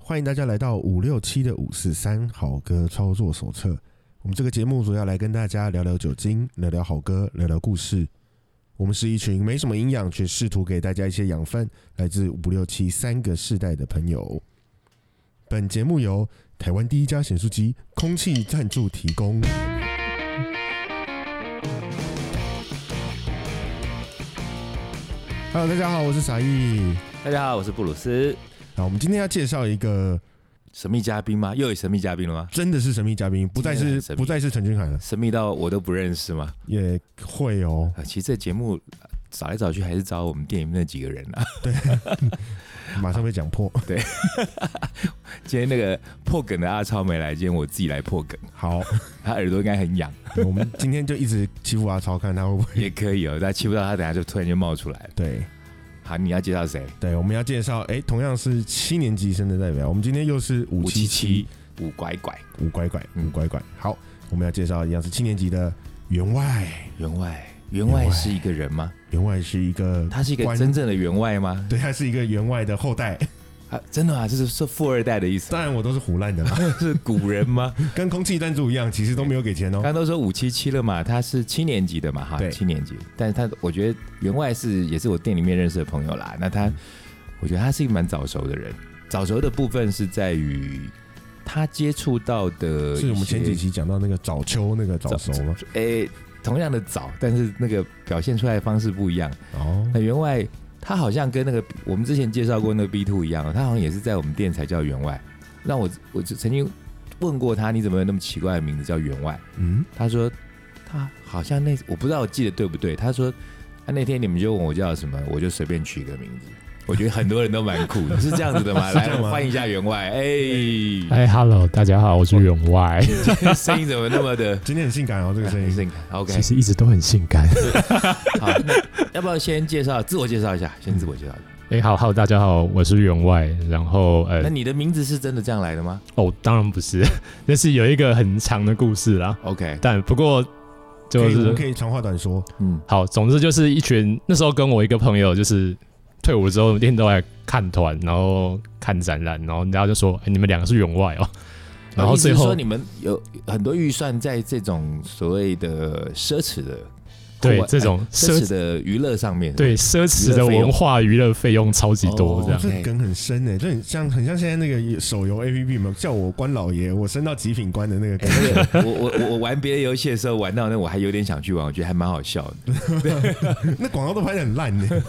欢迎大家来到五六七的五四三好歌操作手册。我们这个节目主要来跟大家聊聊酒精，聊聊好歌，聊聊故事。我们是一群没什么营养，却试图给大家一些养分，来自五六七三个世代的朋友。本节目由台湾第一家显示机空气赞助提供。Hello，大家好，我是傻义。大家好，我是布鲁斯。那我们今天要介绍一个神秘嘉宾吗？又有神秘嘉宾了吗？真的是神秘嘉宾，不再真的是很神秘不再是陈君涵了，神秘到我都不认识吗？也会 哦。啊，其实这节目啊找来找去还是找我们店里面那几个人啊。 马上被讲破。今天那个破梗的阿超没来，今天我自己来破梗，好，他耳朵应 该很痒，对我们今天就一直欺负阿超，看他会不 会。也可以哦。但气不到他，等下就突然就冒出来了。对好，你要介绍谁？对，我们要介绍，哎，同样是七年级生的代表，我们今天又是五七七五拐拐五乖乖嗯五乖乖。好，我们要介绍一样是七年级的员外，员外，员员外外是一个人吗？员外是一个，他是一个官真正的员外吗？对，他是一个员外的后 代。啊，真的啊，这是是富二代的意思当吗，然我都是胡乱的 啦，是古人吗？跟空气赞助一样，其实都没有给钱哦刚。刚都说五七七了嘛，他是七年级的嘛，哈，对七年级，但是他我觉得员外是也是我店里面认识的朋友啦。那嗯他，我觉得他是一个蛮早熟的人，早熟的部分是在于他接触到的一些，是我们前几期讲到那个早秋那个早熟吗？诶、同样的早，但是那个表现出来的方式不一样。哦，那员外他好像跟那个我们之前介绍过那个 B two 一样，他好像也是在我们店才叫员外。让我我就曾经问过他，你怎么有那么奇怪的名字叫员外？嗯，他说他好像那我不知道我记得对不对，他说、啊、那天你们就问我叫什么，我就随便取一个名字。我觉得很多人都蛮酷的，是这样子的吗？是这来，样吗我们欢迎一下员外。哎、哎，Hello，大家好，我是员外。 声音怎么那么的？今天很性感哦，这个声音。 音 OK，其实一直都很性 感。好，那要不要先介绍自我介绍一下？先自我介绍一下。哎、好好，大家好，我是员外。然后，那呃，你的名字是真的这样来的吗哦，当然不是， 但是有一个很长的故事啦。 ？OK，但不过就啊可以，我们是可以长话短说。嗯，好，总之就是一群那时候跟我一个朋友，就是退伍之后，每天都来看团，然后看展览，然后人家就说、哎你们两个是员外哦。然后意思最是后说你们有很多预算在这种所谓的奢侈的对或这种哎奢奢侈的娱乐上面，对奢侈娱乐的费用文化娱乐费用超级哦多，这样、这梗很深哎，这很像很像现在那个手游 APP 有没有叫我关老爷，我升到极品官的那个梗 哎。那个我我我我玩别的游戏的时候玩到那我还有点想去玩，我觉得还蛮好笑的。那广告都拍的很烂欸呢。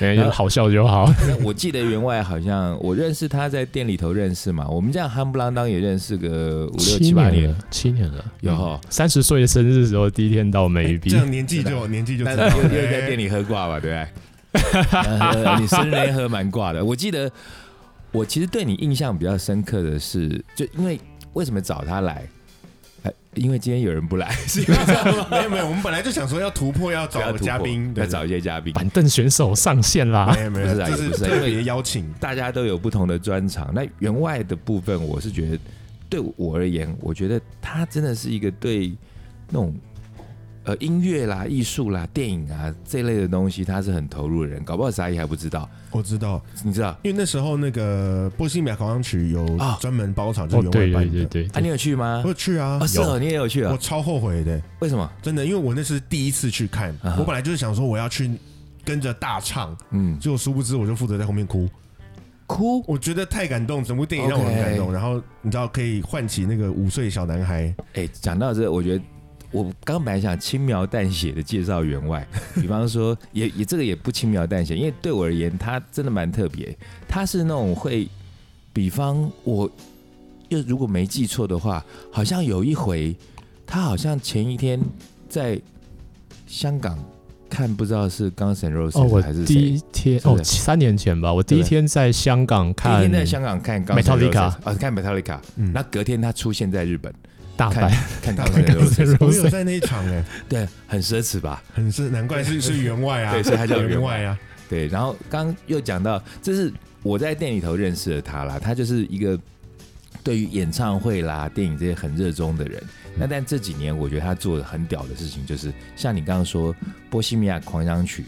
哎就是好笑就好。那我记得员外好像我认识他在店里头认识嘛，我们这样夯不啷当也认识个五六七八年，嗯了，七年了，有哈。三十岁生日的时候第一天到这美比，样年纪就年纪就知但道了。又又在店里喝挂吧，对不对？呃你生日那天喝蛮挂的。我记得我其实对你印象比较深刻的是，就因为为什么找他来？呃因为今天有人不来，是因为这样吗 没有没有，我们本来就想说要突破，要 不要找突破嘉宾，要对找一些嘉宾。板凳选手上线啦没。有没有，不是啊这也是不是啊特因别为邀请。大家都有不同的专长。那员外的部分，我是觉得对我而言，我觉得他真的是一个对那种呃音乐啦、艺术啦、电影啊这类的东西，他是很投入的人。搞不好傻姨还不知道，我知道，你知道？因为那时候那个《波西米亚狂想曲》有啊专门包场，就哦是，对员外对办对的。对，啊，对你有去吗？我去啊哦，，是哦，你也有去我啊？超后悔的，为什么？真的，因为我那是第一次去看啊哈，我本来就是想说我要去跟着大唱，嗯，结果殊不知我就负责在后面哭。哭。我觉得太感动，整部电影让我很感动。然后你知道，可以唤起那个五岁小男孩，哎、讲到这，我觉得我刚本来想轻描淡写的介绍员外，比方说，也也这个也不轻描淡写，因为对我而言，他真的蛮特别。他是那种会，比方我，又如果没记错的话，好像有一回，他好像前一天在香港看，不知道是刚 n Rose 哦，我还是第谁。一天是哦，三年前吧，我第一天在香港第一看天在香港看 Guns N' Metallica Roses，哦，看 Metallica，嗯，那隔天他出现在日本，大看阪， 看大 Guns N' Roses，我有在那一场哎、对，很奢侈吧？很是难怪是是员外啊，对所以他叫员外员外啊，对，然后刚又讲到，这是我在店里头认识的他啦，他就是一个对于演唱会啦、电影这些很热衷的人。那但这几年，我觉得他做的很屌的事情，就是像你刚刚说《波西米亚狂想曲》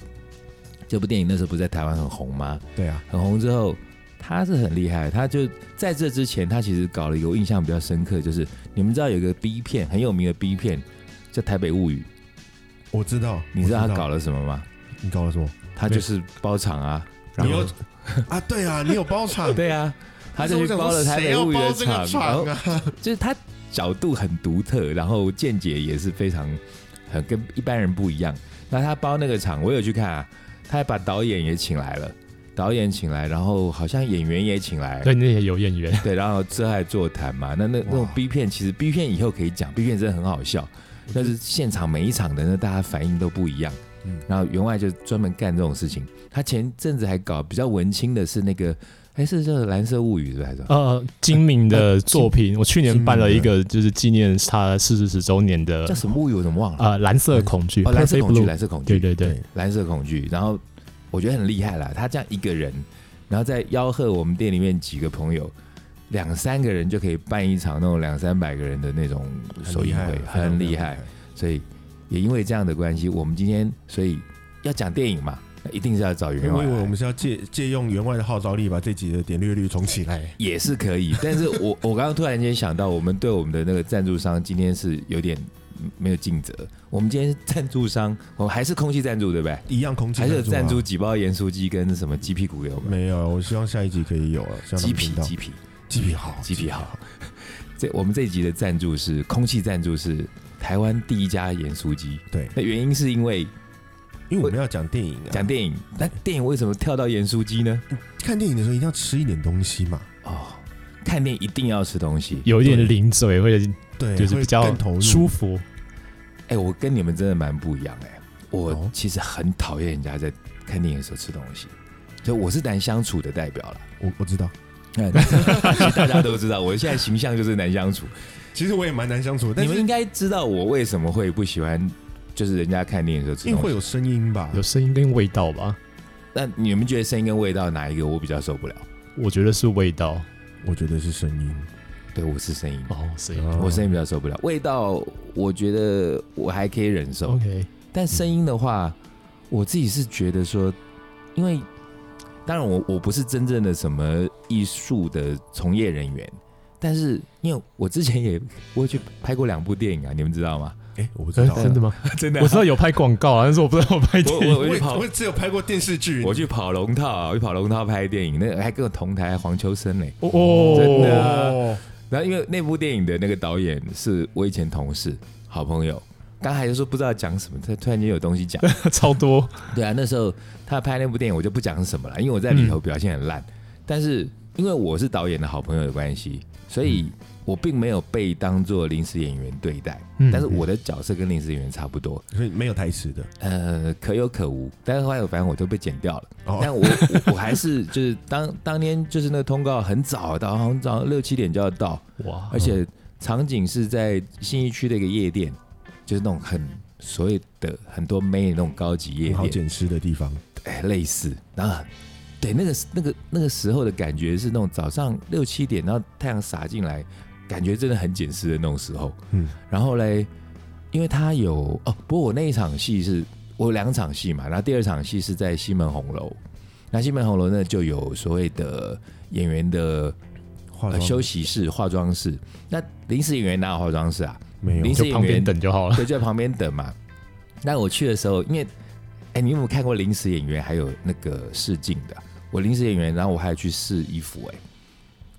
这部电影，那时候不是在台湾很红吗？对啊，很红之后，他是很厉害，他就在这之前，他其实搞了一个我印象比较深刻，就是你们知道有一个 B 片很有名的 B 片叫《台北物语》，我知道，你知道我他搞了什么吗？你搞了什么？他就是包场啊，你然后有啊？对啊，你有包场， 对啊，他就我去想包说了《台谁北要物语》包的这个场，然场后啊？就是他角度很独特，然后见解也是非常很跟一般人不一样。那他包那个场，我有去看啊，他还把导演也请来了，导演请来，然后好像演员也请来，对，那些有 演员，对，然后这还座谈嘛。那那那种哇嗯 B 片，其实 B 片以后可以讲，B 片真的很好笑，但是现场每一场的那大家反应都不一样。嗯然后员外就专门干这种事情。他前阵子还搞比较文青的是那个，哎，是叫《蓝色物语》是不是还是什么？呃，精明的作品。我去年办了一精个，就是纪念他四十周年的叫什么物语？我怎么忘了？呃蓝色恐惧哦，蓝色 （Perfect 恐惧，呃 Blue）。蓝色恐惧对，对对，蓝色恐惧。然后我觉得很厉害啦，他这样一个人，然后再吆喝我们店里面几个朋友，两三个人就可以办一场那种两三百个人的那种首啊映会，很厉害。，所以也因为这样的关系，我们今天所以要讲电影嘛，那一定是要找非常非员常厉害我外以为我来。们是要借借用员外的号召力，把这集的点阅率重起来。也是可以，但是我我刚刚突然间想到，我们对我们的那个赞助商今天是有点嗯没有尽责。我们今天赞助商，我们还是空气赞助，对不对？一样空气还是有赞助啊几包盐酥鸡跟什么鸡屁股给我们？没有？我希望下一集可以有啊，希望他鸡们皮听到鸡皮鸡皮好，鸡皮好。这我们这一集的赞助是空气赞助是台湾第一家盐酥鸡。对，那原因是因为因为我们要讲电影啊，讲电影，那电影为什么跳到盐酥鸡呢？看电影的时候一定要吃一点东西嘛，哦，看电影一定要吃东西。有一点零嘴会对，就是会比较更投入舒服。哎，我跟你们真的蛮不一样哎，我哦其实很讨厌人家在看电影的时候吃东西，所以我是难相处的代表了。我我知道，哎 其实大家都知道，我现在形象就是难相处。其实我也蛮难相处的，但你们应是该知道我为什么会不喜欢，就是人家看电影的时候吃因为东会西。有声音吧？有声音跟味道吧，那你们觉得声音跟味道哪一个我比较受不了？我觉得是味道我觉得是声音，对我是声音，哦，声音。我声音音比较受不了。味道我觉得我还可以忍受， OK，但声音的话，我自己是觉得说，因为当然我我不是真正的什么艺术的从业人员，但是因为我之前也我也去拍过两部电影啊，你们知 道吗？哎，我不知呃道，真的吗？真的啊、我知道有拍广告啊，但是 我不知道有拍电我影。我我去跑我只有拍过电视剧，我去跑龙套啊，我去跑龙套拍电影，那还跟我同台黄秋生嘞、真的啊哦，哦，然后因为那部电影的那个导演是我以前同事、好朋友，刚才就说不知道讲什么，他突然间有东西讲。超多。对啊，那时候他拍那部电影，我就不讲是什么了，因为我在里头表现很烂。但是因为我是导演的好朋友的关系，所以我并没有被当做临时演员对待。嗯但是我的角色跟临时演员差不多，所以没有台词的，呃，可有可无。但是后来反正我都被剪掉了。哦，但我我我还是就是当当天就是那个通告很早到，好像早上六七点就要哦到，哇，而且场景是在信义区的一个夜店，就是那种很所谓的很多妹的那种高级夜很好店，捡尸的地方，哎，类似然后对那个那个那个时候的感觉是那种早上六七点，然后太阳洒进来，感觉真的很紧实的那种时候。嗯，然后嘞，因为他有哦，不过我那一场戏是我有两场戏嘛，然后第二场戏是在西门红楼，那西门红楼呢就有所谓的演员的、化呃、妆休息室、化妆室。那临时演员哪有化妆室啊？没有临时就演旁边员等 就好了。对，就在旁边等嘛。那我去的时候，因为哎、你有没有看过临时演员还有那个试镜的？啊我临时演员，然后我还去试衣服、哎，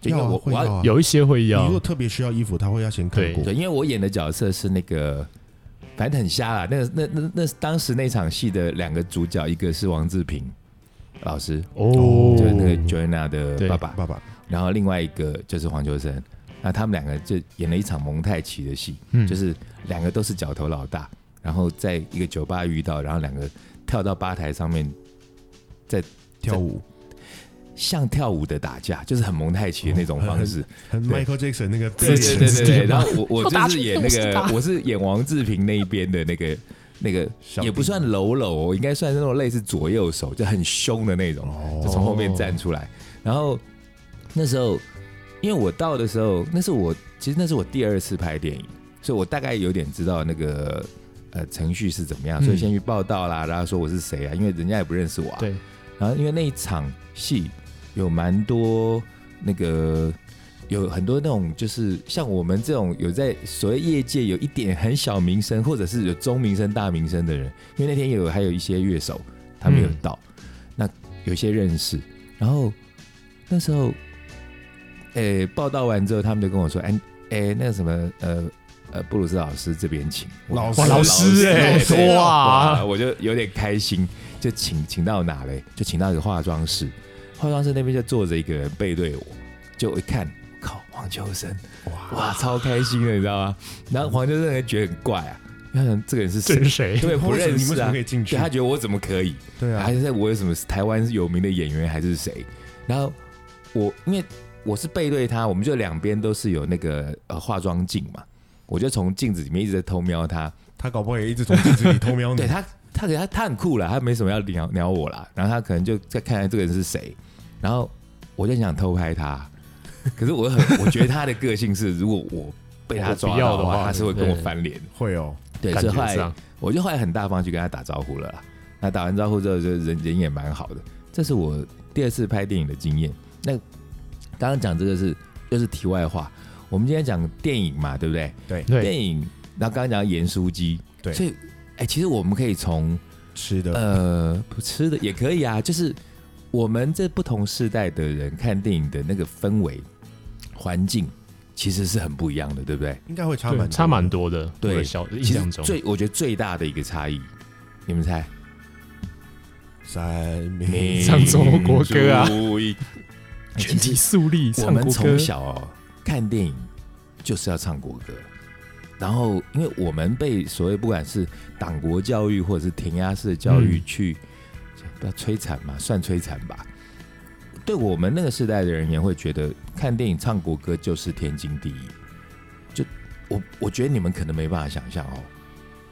就因为要啊我、会我要要啊有一些会你要如果特别需要衣服，他会要先看过。对，因为我演的角色是那个，反正很瞎啦。那那那那当时那场戏的两个主角，一个是王志平老师，哦，就是那个 Joanna 的爸爸，爸爸，然后另外一个就是黄秋生。那他们两个就演了一场蒙太奇的戏，嗯就是两个都是角头老大，然后在一个酒吧遇到，然后两个跳到吧台上面，跳舞，像跳舞的打架，就是很蒙太奇的那种方式。很对 Michael Jackson 那个 对自对己对对 对，对然后我我我打就是演那 我是个打，我是演王志平那一边的那个那个，小弟也不算喽喽，应该算是那种类似左右手，就很凶的那种，就哦，从后面站出来。然后那时候，因为我到的时候，那是我其实那是我第二次拍电影，所以我大概有点知道那个呃程序是怎么样，所以嗯先去报道啦，然后说我是谁啊，因为人家也不认识我啊。对，然后因为那一场戏，有蛮多那个有很多那种，就是像我们这种有在所谓业界有一点很小名声，或者是有中名声、大名声的人，因为那天也有还有一些乐手他们有嗯到，那有些认识，然后那时候，诶、报道完之后，他们就跟我说，哎、哎、那个什么，呃呃，布鲁斯老师这边请我老师哇，老师哎、老师对哇，哇，我就有点开心，就请请到哪嘞？就请到一个化妆室，化妆室那边就坐着一个人背对我，就我一看，靠，黄秋生，哇，超开心的，你知道吗？然后黄秋生还觉得很怪啊，他想这个人是这谁是？谁？对，不为什么认你为识什么啊可，以进去对？他觉得我怎么可以？对啊还，是我有什么台湾有名的演员还是谁？然后我因为我是背对他，我们就两边都是有那个呃化妆镜嘛，我就从镜子里面一直在偷瞄他，他搞不好也一直从镜子里偷瞄你。对他，他给他他很酷了，他没什么要鸟鸟我啦。然后他可能就在看看这个人是谁，然后我就想偷拍他，可是我很我觉得他的个性是，如果我被他抓我不要到的的话话，他是会跟我翻脸。会哦，对，感所以后觉来上我就后来很大方去跟他打招呼了啦。那打完招呼之后，就人人也蛮好的。这是我第二次拍电影的经验。那刚刚讲这个是就是题外话，我们今天讲电影嘛，对不对？电对，影，然后刚刚讲盐酥鸡，对所以哎、其实我们可以从吃的呃，不吃的也可以啊，就是我们这不同世代的人看电影的那个氛围、环境，其实是很不一样的，对不对？应该会差对蛮差蛮多多的。对我的小印其象实中，最我觉得最大的一个差异，你们猜？的。三明唱中国歌啊注意！哎全其体实肃立，我唱们国歌从。小哦看电影就是要唱国歌，然后因为我们被所谓不管是党国教育或者是填鸭式的教育嗯去，不要摧残嘛，算摧残吧。对我们那个时代的人也会觉得看电影唱国歌就是天经地义。就我我觉得你们可能没办法想象哦，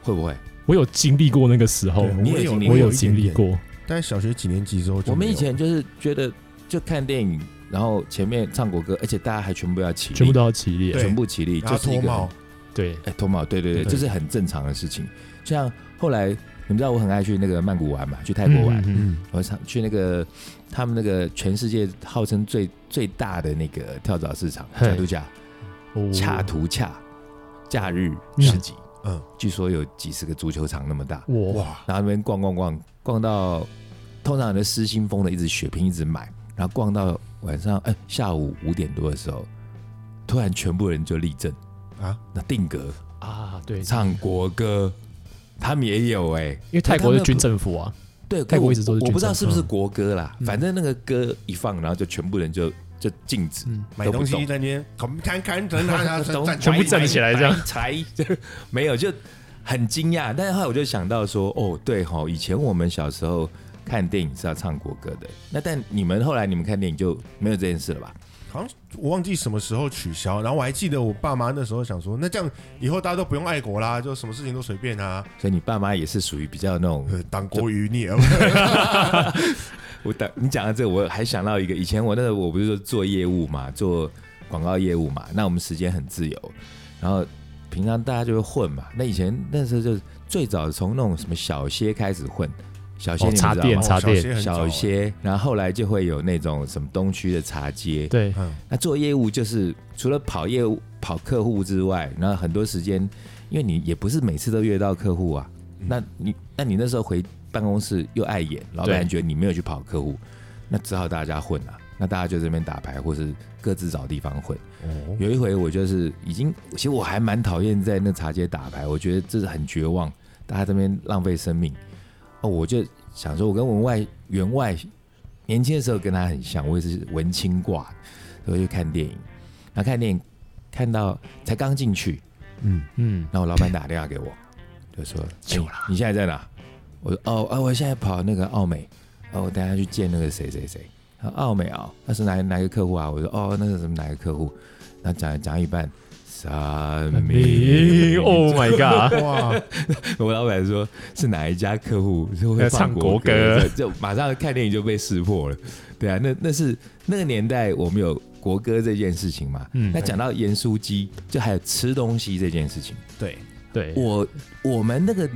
会不会？我有经历过那个时候对，你我也有经历我过有一经点历点，过，但小学几年级之后就没有，我们以前就是觉得就看电影，然后前面唱国歌，而且大家还全部要起立，全部都要起立。对全部起立，然后就是一脱个很帽，对，哎，脱帽，对对对，对这是很正常的事情。就像后来，你们知道我很爱去那个曼谷玩嘛，去泰国玩，嗯嗯嗯嗯，我常去那个他们那个全世界号称最最大的那个跳蚤市场嘿恰图恰哦恰嗯图恰假日嗯市集，嗯，据说有几十个足球场那么大，我哇，然后那边逛逛逛，逛到通常的失心疯的一直血拼一直买，然后逛到晚上哎下午五点多的时候，突然全部人就立正啊，那定格啊，对，唱国歌，他们也有哎、因为泰国是军政府啊，对，泰国一直都是我我不知道军政是不是国歌啦，嗯反正那个歌一放，然后就全部人就就静止，嗯，买东西在那边，我们看看，等 大家懂站全部站起来这样才 没有就很惊讶，但是后来我就想到说，哦，对哈、以前我们小时候看电影是要唱国歌的，那但你们后来你们看电影就没有这件事了吧？好像我忘记什么时候取消，然后我还记得我爸妈那时候想说，那这样以后大家都不用爱国啦，就什么事情都随便啊，所以你爸妈也是属于比较那种呃当国余孽。我等你讲到这，我还想到一个，以前我那个我不是说做业务嘛，做广告业务嘛，那我们时间很自由，然后平常大家就会混嘛。那以前那时候就是最早从那种什么小歇开始混，小歇哦你们插知道电吗？插小电歇很早欸小歇，然后后来就会有那种什么东区的茶街。对，嗯，那做业务就是除了跑业务、跑客户之外，然后很多时间，因为你也不是每次都约到客户啊。嗯那你那你那时候回办公室又碍眼，老板觉得你没有去跑客户，那只好大家混啊。那大家就这边打牌，或是各自找地方混。哦，有一回我就是已经，其实我还蛮讨厌在那茶街打牌，我觉得这是很绝望，大家这边浪费生命。哦，我就想说，我跟文外员外年轻的时候跟他很像，我也是文青挂，所以去看电影，然后看电影看到才刚进去，嗯，嗯，那我老板打电话给我，就说：“哎、久了你现在在哪？”我说：“哦啊，我现在跑那个奥美，哦，我等下去见那个谁谁谁。”他说：“奥美啊、那是哪哪个客户啊？”我说：“哦，那是什么哪个客户？”那讲讲一半，三你明 Oh my God，哇， 我老板说是哪一家客户是会放国要唱国歌就就马上看电影就被识破了。对啊，那那是那个年代我们有国歌这件事情嘛。嗯那讲到盐酥鸡，就还有吃东西这件事情。 对，对，我我们那个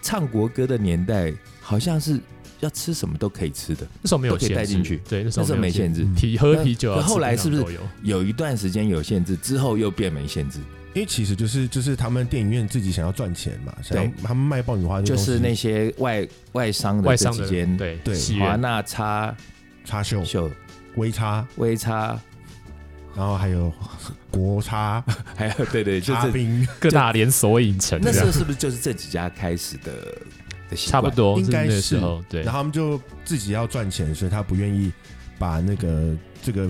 唱国歌的年代，好像是要吃什么都可以吃的，那时候没有限制，都可以带进去对，那时那候时候没限制。制。嗯啤喝啤酒可啊，后来吃槟榔是不都有？有一段时间有限制，之后又变没限制，因为其实就是就是他们电影院自己想要赚钱嘛，想要对他们卖爆米花这就个是东那西些外外商的外这商几的间，对对戏华院纳、叉插秀、秀、微插，微叉，然后还有 国插、还有对 对，就插是冰，各大连锁影城那这时样，候是不是就是这几家开始的的习惯差不？多，应该是那是时候对然。后他们就自己要赚钱，所以他不愿意把那个这个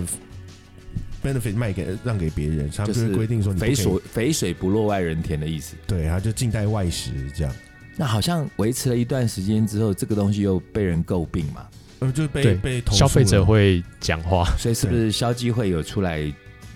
benefit 卖给让给别人，所以他们就就会是规定说你不可肥以水肥水不落外人田的意思。对，他就近代外食这样，那好像维持了一段时间之后，这个东西又被人诟病嘛，呃，就被对被投诉消费者了会讲话，所以是不是消基会有出来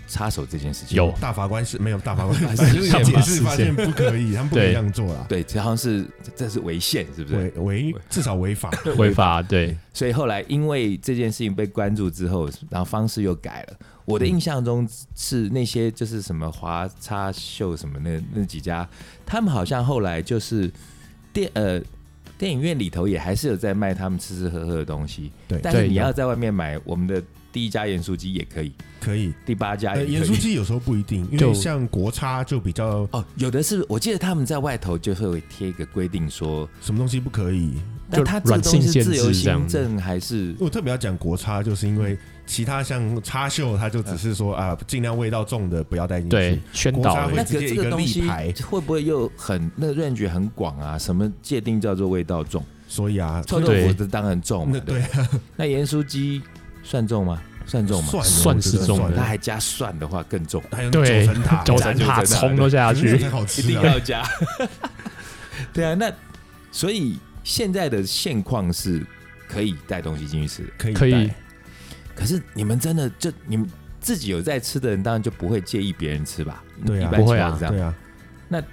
插手这件事情？有大法官是没有大法官还是 是有解释上发法现视不可以，他们不可以这对样做啦，对，这好像是这是违宪，是不违是？违至少违法，违法对，所以后来因为这件事情被关注之后，然后方式又改了。我嗯的印象中是那些就是什么华叉秀什么那那几家，他们好像后来就是电呃电影院里头也还是有在卖他们吃吃喝喝的东西，对但是对你有要在外面买，我们的第一家盐酥鸡也可以，可以。第八家呃，也盐可酥以。鸡有时候不一定，因为就像国差就比较 哦，有的是，我记得他们在外头就会贴一个规定说，什么东西不可以。那他这个东西是自由软性限制这行样政还是我特别要讲国差，就是因为其他像插秀，它就只是说啊，尽量味道重的不要带进对去。宣国导家而已会那直接这一个个东立西牌，会不会又很那个 range 很广啊？什么界定叫做味道重？所以啊，臭豆对腐的当然重嘛那，对不，那盐酥鸡算重吗？算重吗？算算我觉得是重算的那还加蒜的话更重，还有九对层塔，九层层塔塔葱葱都都下那个 去才，好吃一定啊。要加。 对啊，那所以现在的现况是可以带东西进去吃的，可以可以带可是你们真的就你们自己有在吃的人，当然就不会介意别人吃吧？对啊一般情不会况啊是这样。对啊，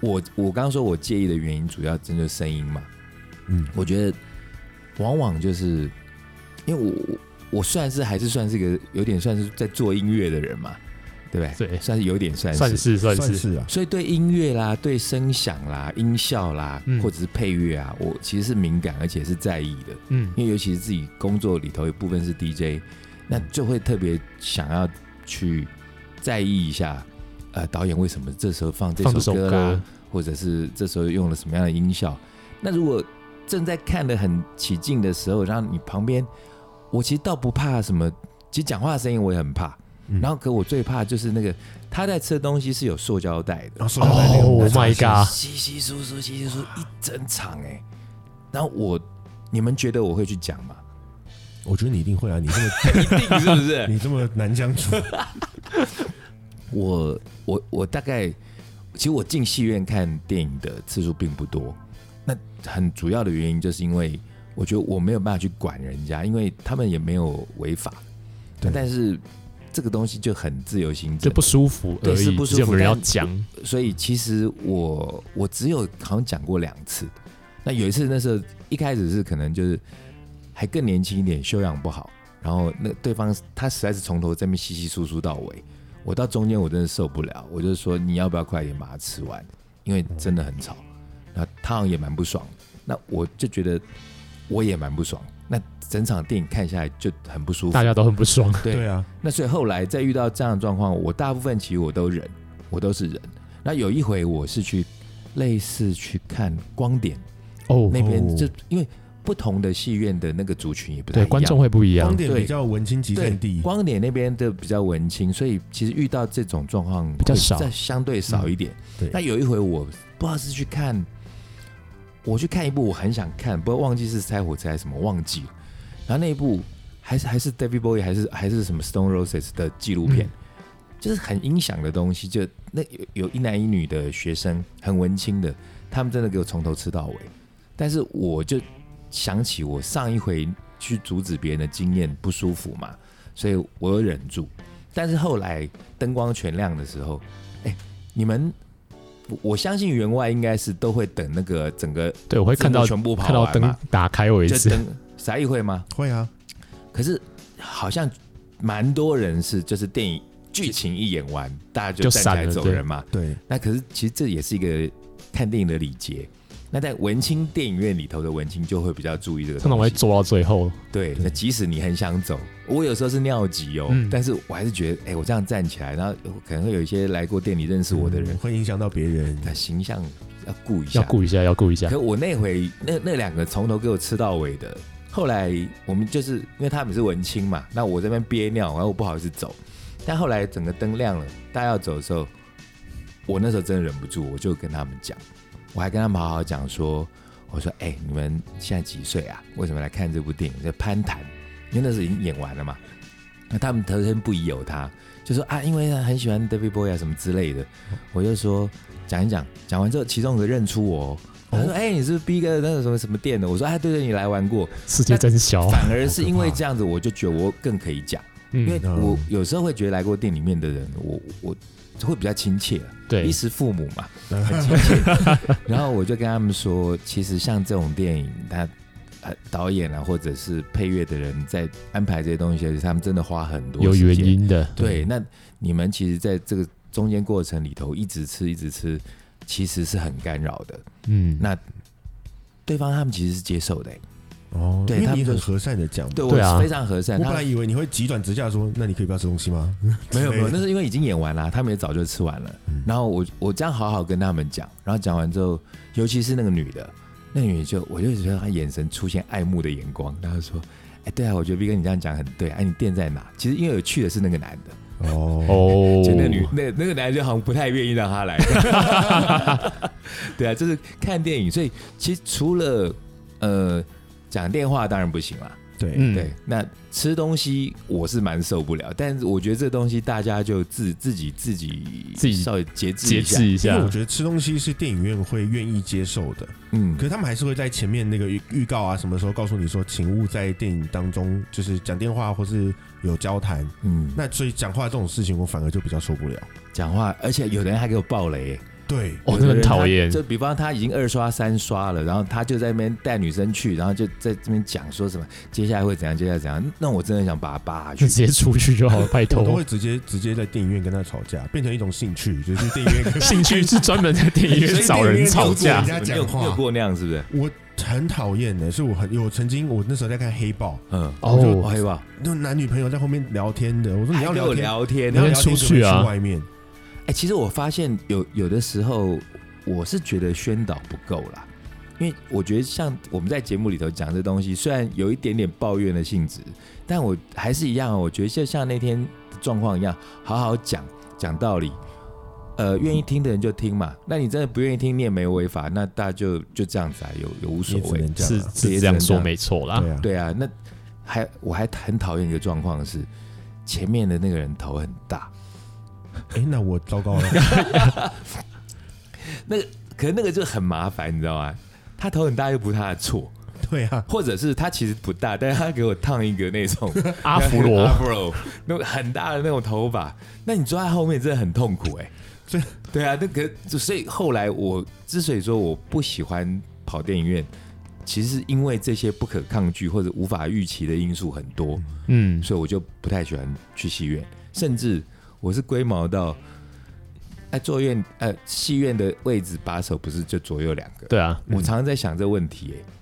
我我刚刚说我介意的原因，主要针对声音嘛。嗯，我觉得往往就是因为我我我算是还是算是一个有点算是在做音乐的人嘛，对不对？对算是有点算是。算是算算是是啊，所以对音乐啦、对声响啦、音效啦，嗯或者是配乐啊，我其实是敏感而且是在意的。嗯，因为尤其是自己工作里头有部分是 DJ，那就会特别想要去在意一下，呃，导演为什么这时候放这放这首首歌啊啦，歌，啊或者是这时候用了什么样的音效。那如果正在看得很起劲的时候，让你旁边，我其实倒不怕什么，其实讲话的声音我也很怕，嗯然后可我最怕就是那个他在吃的东西是有塑胶袋 的然后，说到那个哦我 my god 稀稀疏疏，稀稀疏疏一整场哎、然后我，你们觉得我会去讲吗？我觉得你一定会啊，你这么 一定是不是？你这么难相处，我我我大概，其实我进戏院看电影的次数并不多，那很主要的原因就是因为我觉得我没有办法去管人家，因为他们也没有违法，对但是这个东西就很自由行就政，不舒服而对是已，不舒服只有没有人要但讲，所以其实我我只有好像讲过两次，那有一次那时候一开始是可能就是还更年轻一点，修养不好，然后那对方他实在是从头这边稀稀疏疏到尾，我到中间我真的受不了，我就说你要不要快点把它吃完，因为真的很吵，然后他好像也蛮不爽的，那我就觉得我也蛮不爽，那整场电影看下来就很不舒服大，家都很不爽，对对啊，那所以后来再遇到这样的状况，我大部分其实我都忍，我都是忍。那有一回我是去类似去看光点哦，那边哦，就因为不同的戏院的那个族群也不太一对，样，观众会不一样光，点比较文青集对散地，光点那边的比较文青，所以其实遇到这种状况比较会少再相对少一点。对那有一回我不知道是去看，我去看一部我很想看，不过忘记是拆火车还是什么忘记了。然后那一部还是还是 David Bowie 还是还是什么 Stone Roses 的纪录片，就是很音响的东西，就那有有一男一女的学生，很文青的，他们真的给我从头吃到尾。但是我就想起我上一回去阻止别人的经验不舒服嘛，所以我有忍住。但是后来灯光全亮的时候，哎、你们，我我相信员外应该是都会等那个整个对，我会看字幕到全部跑看到完灯嘛，打开为就止，灯啥议会吗？会啊，可是好像蛮多人是就是电影剧情一演完，大家就就站起来散了走对人嘛。对，那可是其实这也是一个看电影的礼节。那在文青电影院里头的文青就会比较注意这个通常我东会西。做到最后，对，对那即使你很想走，我有时候是尿急哦，嗯但是我还是觉得，哎、我这样站起来，然后可能会有一些来过店里认识我的人嗯，会影响到别人。那、形象要顾一下。要顾一下，要顾一下。可我那回那那两个从头给我吃到尾的，后来我们就是因为他们是文青嘛，那我这边憋尿，然后我不好意思走，但后来整个灯亮了，大家要走的时候，我那时候真的忍不住，我就跟他们讲，我还跟他们好好讲说，我说哎、你们现在几岁啊？为什么来看这部电影？在攀谈，因为那时候已经演完了嘛。那他们头先不疑有他，就说啊，因为他很喜欢 David Bowie 啊什么之类的，我就说讲一讲，讲完之后，其中有个认出我哦，他说：“哎、你是不是逼哥那个什么什么店的？”我说：“哎，对对，你来玩过。世界真小”，反而是因为这样子，我就觉得我更可以讲，因为嗯，我有时候会觉得来过店里面的人，我我会比较亲切啊，对衣，食父母嘛，很亲切。然后我就跟他们说，其实像这种电影，他呃导演啊，或者是配乐的人在安排这些东西的时候，他们真的花很多有时间原因的，对，那你们其实在这个中间过程里头一直吃一直吃，其实是很干扰的。嗯，那对方他们其实是接受的欸、哦，对因他为你们可很能和善的讲嘛，对对啊我非常和善。我他本来以为你会急转直下说，那你可以不要吃东西吗？没有没有，之类的嗯那是因为已经演完了，他们也早就吃完了。然后我我这样好好跟他们讲，然后讲完之后，尤其是那个女的，那女的就我就觉得她眼神出现爱慕的眼光，然后说：“哎，对啊，我觉得 B 哥你这样讲很对，哎、你店在哪？”其实因为有去的是那个男的，哦，哦，就那女那那个男人就好像不太愿意让他来。 对啊，就是看电影，所以其实除了呃讲电话当然不行啦，对，嗯，对，那吃东西我是蛮受不了，但是我觉得这东西大家就自自己自己自己稍微节制节一下制，一因为下我，觉得吃东西是电影院会愿意接受的，嗯可，是他们还是会在前面那个预预告啊，什么时候告诉你说，请勿在电影当中就是讲电话或是有交谈。嗯，那所以讲话这种事情，我反而就比较受不了。讲话，而且有的人还给我爆雷，对，哦，有那的很人他讨厌，就比方他已经二刷三刷了，然后他就在那边带女生去，然后就在这边讲说什么接下来会怎样，接下来怎样，那我真的很想把他扒下就去直。接出去就好了，拜我都托会。直接直接在电影院跟他吵架，变成一种兴趣，就是电影院跟 兴趣是专门在电影所院以找人吵 电架影院，人家你有讲话你有过那样是不是？我很讨厌的，是我很有曾经我那时候在看黑豹，嗯，哦就黑吧，那男女朋友在后面聊天的，我说你要还跟聊我天，聊天你要呢。聊那天出去啊怎么去外面哎，其实我发现有有的时候，我是觉得宣导不够啦，因为我觉得像我们在节目里头讲这东西，虽然有一点点抱怨的性质，但我还是一样哦，我觉得就像那天的状况一样，好好讲讲道理。呃，愿意听的人就听嘛，那你真的不愿意听，你也没违法，那大家就就这样子啊，有有无所也只谓。能这是样啊、是这样说没错啦对。啊，对啊，那还我还很讨厌一个状况是，前面的那个人头很大，哎、那我糟糕了， 可是那个就很麻烦，你知道吗？他头很大又不是他的错，对啊，或者是他其实不大，但是他给我烫一个那种 阿芙 阿罗，芙罗那种很大的那种头发，那你坐在后面真的很痛苦哎、这对对啊，那个就所以后来我之所以说我不喜欢跑电影院，其实是因为这些不可抗拒或者无法预期的因素很多。嗯，所以我就不太喜欢去戏院，甚至我是龟毛到，哎，坐院呃戏院的位置把手不是就左右两个？对啊，我常常在想这个问题、哎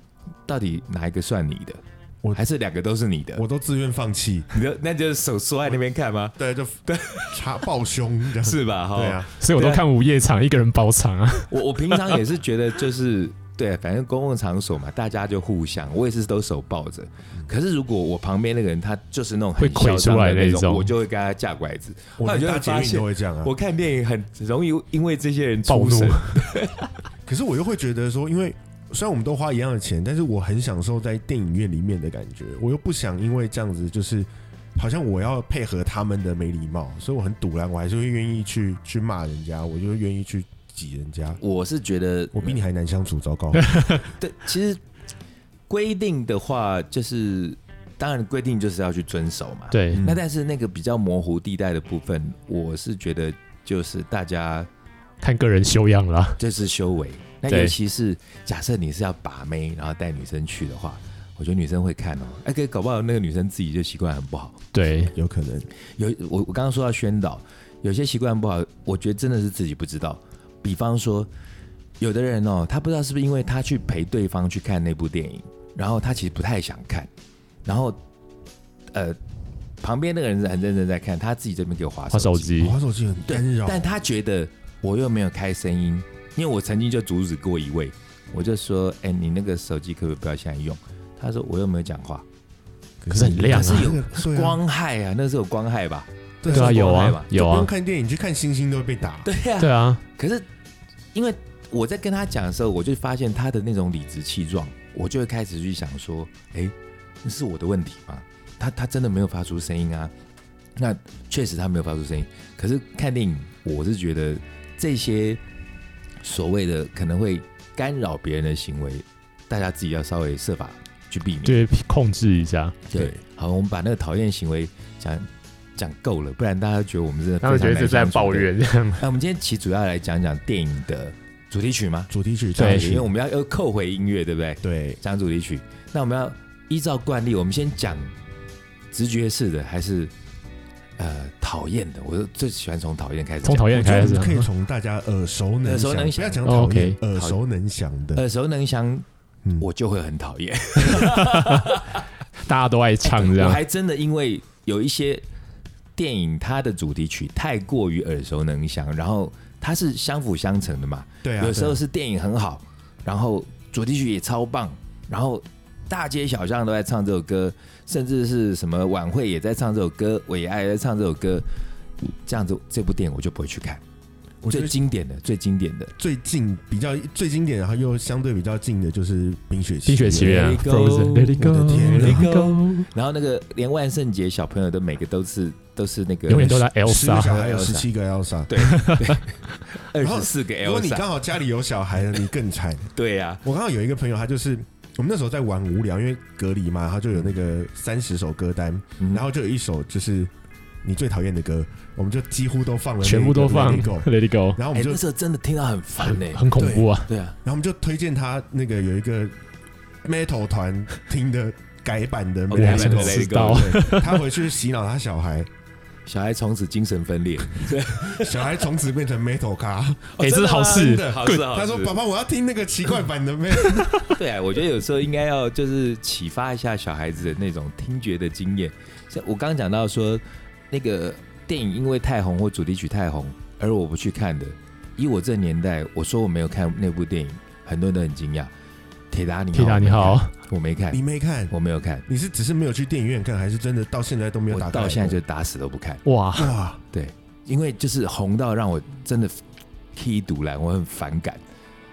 到底哪一个算你的？我还是两个都是你的？我都自愿放弃，你就那就是手缩在那边看吗？对，就对，插抱胸这样，是 吧？哈，对啊，所以我都看午夜场，一个人包场啊，我我平常也是觉得就是。对，啊反正公共场所嘛，大家就互相，我也是都手抱着。可是如果我旁边那个人他就是那种很嗯会溃嚣张出来的那那种嗯我就会跟他架拐子。我那连你就大会捷发运现都会这样啊。我看电影很容易因为这些人暴出怒 神，可是我又会觉得说，因为虽然我们都花一样的钱，但是我很享受在电影院里面的感觉，我又不想因为这样子就是。好像我要配合他们的没礼貌，所以我很堵然，我还是会愿意去去骂人家，我就会愿意去挤人家。我是觉得我比你还难相处，糟糕！对，其实规定的话，就是当然规定就是要去遵守嘛。。对，那但是那个比较模糊地带的部分，我是觉得就是大家看个人修养啦。这是修为。那对尤其是假设你是要把妹，然后带女生去的话，我觉得女生会看哦。哎，可搞不好那个女生自己就习惯很不好。对，有可能有我我刚刚说到宣导，有些习惯不好，我觉得真的是自己不知道。比方说，有的人哦，他不知道是不是因为他去陪对方去看那部电影，然后他其实不太想看，然后呃，旁边那个人很认真在看，他自己这边给我划划手手，机，滑手机很对干扰，但他觉得我又没有开声音，因为我曾经就阻止过一位，我就说，哎、你那个手机可不可以不要现在用？他说我又没有讲话，可可是很亮啊是有对啊光害啊，那是有光害吧？对对啊，有光害啊吧，就有不用啊，看电影，去看星星都会被打。对呀、对啊，可是因为我在跟他讲的时候，我就发现他的那种理直气壮，我就会开始去想说，哎，那是我的问题吗？他他真的没有发出声音啊？那确实他没有发出声音。可是看电影，我是觉得这些所谓的可能会干扰别人的行为，大家自己要稍微设法去避免。就是控制一下，对，好，我们把那个讨厌行为讲讲够了，不然大家觉得我们真的他们觉得非常难这是在相处抱。对怨这样。那我们今天其实主要来讲讲电影的主题曲吗？主题曲对唱因为曲我们要要扣回音乐，对不对？对，讲主题曲，那我们要依照惯例，我们先讲直觉式的还是呃讨厌的？我最喜欢从讨厌开始讲，从讨厌我觉得开我始哦们可以从大家耳熟能耳熟能详，详不要讲讨厌 OK，，耳熟能详的，耳熟能详，嗯我就会很讨厌。大家都爱唱这我样，还真的因为有一些电影，它的主题曲太过于耳熟能详，然后它是相辅相成的嘛。对啊，有时候对啊是电影很好，然后主题曲也超棒，然后大街小巷都在唱这首歌，甚至是什么晚会也在唱这首歌，伟爱也在唱这首歌，这样子这部电影我就不会去看。我觉最得经典的，最经典的最近比较最经典，然后又相对比较近的就是《冰雪冰雪奇缘啊 Let it go ，Frozen，Let it 我的天 go，Let 啊 it go，然后那个连万圣节小朋友的每个都是都是那个永远都在十个 Elsa，小孩有十七个 Elsa。对对，二十四个如果你 Elsa，刚好家里有小孩的，你更 惨。对啊呀、我刚好有一个朋友，他就是我们那时候在玩无聊，因为隔离嘛，他就有那个三十首歌单，嗯然后就有一首就是你最讨厌的歌，我们就几乎都放了那个，全部都放 Let It Go Let it go，然后我哎、们就那，时候真的听到很烦呢、很恐怖啊，对啊，然后我们就推荐他那个有一个 metal 团听的改版的我 Let 改 It 版的 Go， Let Let it it go go，对他回去洗脑他小孩， 小孩从此精神分裂，小孩从此变成 metal 啊咖。哎，这是好真事，的好事，好事他说：“爸爸，我要听那个奇怪版的 metal。对啊，我觉得有时候应该要就是启发一下小孩子的那种听觉的经验。像我刚刚讲到说，那个电影因为太红或主题曲太红，而我不去看的，以我这年代，我说我没有看那部电影，很多人都很惊讶。铁达尼号，铁达尼号，我没看，你没看？我没有看，你是只是没有去电影院看，还是真的到现在都没有我打开来到过？现在就打死都不看，哇，哇，因为就是红到让我真的踢毒来，我很反感。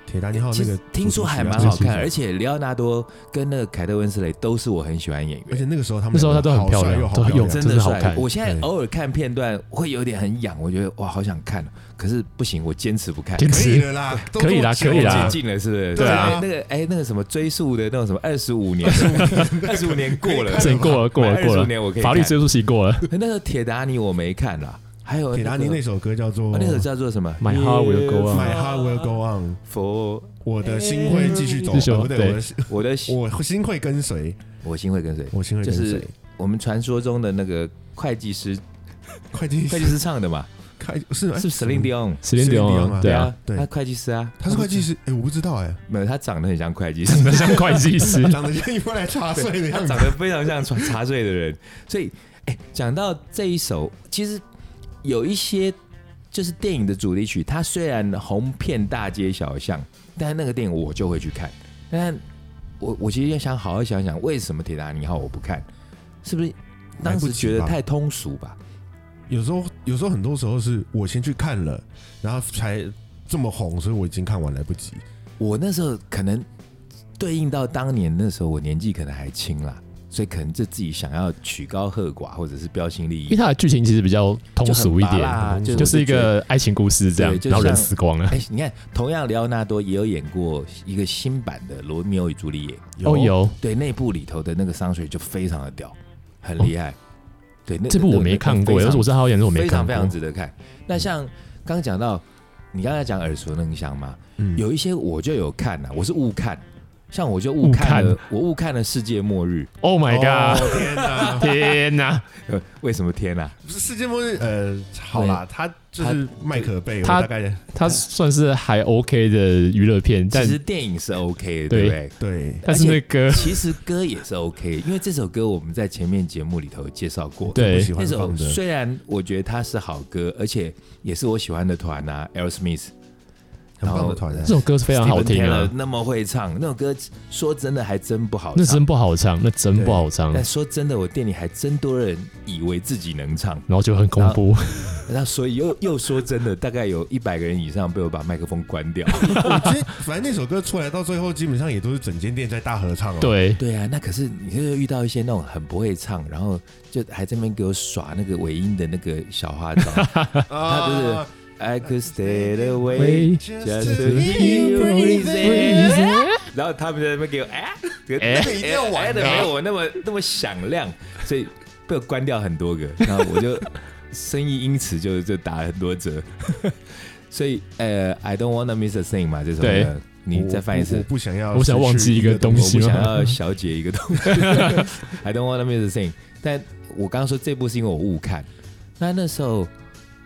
铁达尼号其哦那实个听说啊还蛮好看，而且里奥纳多跟那个凯特温斯雷都是我很喜欢演而员。且那个时候他们那时候她都很好漂亮帅又好都很有漂亮真的哦的啊好看我现在对偶尔看片段会有点很痒，我觉得哇，好想看哦，可是不行，我坚持不看。坚持可以了啦，都可以多啦久可以啦了解禁了是不是？对啊那个哎，那个什么追溯的那 种什么二十五年，二十五年过了，这已经过了过了二过十五了，年哎我可以法律看追溯期过了，那个铁达尼我没看啦，还有铁达尼那首歌叫做那个啊那首《叫做什么哦 My heart will go on My Heart Will Go On》， For 我的心会继续走，这首哦不对，我的心我的我心会跟随，我心会跟随，我心会跟就随是。我们传说中的那个会计 师，会计会计师唱的嘛，开是哎是 Celine Dion。十点 Celine 点 Dion 啊对啊，啊，对他会计师啊，他是会计师，哎，我不知道哎，没有，他长得很像会计师，长得像会 计师，长得像一副来查税的 他样子长。得非常像茶茶醉的人。所以，哎、讲到这一首，其实有一些就是电影的主题曲，它虽然红遍大街小巷，但是那个电影我就会去看。但我我其实要想好好想想，为什么《铁达尼号》我不看？是不是当哎时觉得太通俗吧？有时候，有时候很多时候是我先去看了，然后才这么红，所以我已经看完来不及。我那时候可能对应到当年那时候我年纪可能还轻啦，所以可能就自己想要曲高和寡，或者是标新立因为异。它的剧情其实比较通俗一就很拔点，辣通俗就就是一个爱情故事这样对，就然后人像死光了。哎、你看，同样莱奥纳多也有演过一个新版的《罗密欧与朱丽叶》，哦，有对，那部里头的那个商水就非常的屌，很厉害。对，那这部我没看过，那但个是非常我知道他演的，我没非看常过非。常值得看。那像刚讲到，你刚才讲耳熟能详嘛，嗯，有一些我就有看呐、我是误看，像我就误看误了，我误看了世界末日。 Oh my god！、哦天哪！天哪，呃，为什么天呐？世界末日，呃，好啦，他就是麦可贝，我他大概它算是还 OK 的娱乐片，其但实电影是 OK 的，对对不对？ 对，但是那歌其实歌也是 OK，的因为这首歌我们在前面节目里头有介绍过。对不喜那欢首放的，虽然我觉得它是好歌，而且也是我喜欢的团啊，Aerosmith 呃很棒的团啊这，首歌是非常好听 Steven 啊 Tyler，，那么会唱，那首歌说真的还真不好那唱真。不好唱，那真不好唱，但然说真的，我店里还真多人以为自己能唱，后就很恐怖。那所以又又说真的，大概有一百个人以上被我把麦克风 关掉。我觉得反正那首歌出来到最后，基本上也都是整间店在大合唱哦。， 对，对啊，那可是你就是遇到一些那种很不会唱，然后就还在那边给我耍那个尾音的那个小 花招。他不啊是 I could stay away just to hear you breathing，然后他们在那边给我 哎，这个哎那个一定要玩的哎哎没有我那么那么响亮，所以被我关掉很多个，然后我就生意因此就就打了很多折。 所以呃，I don't wanna miss a thing 嘛，这首对歌你再翻一我次我。不想要，我想忘记一个东我西不想吗要小姐一个东 西，I don't wanna miss a thing。但我刚刚说这部是因为我误看，那那时候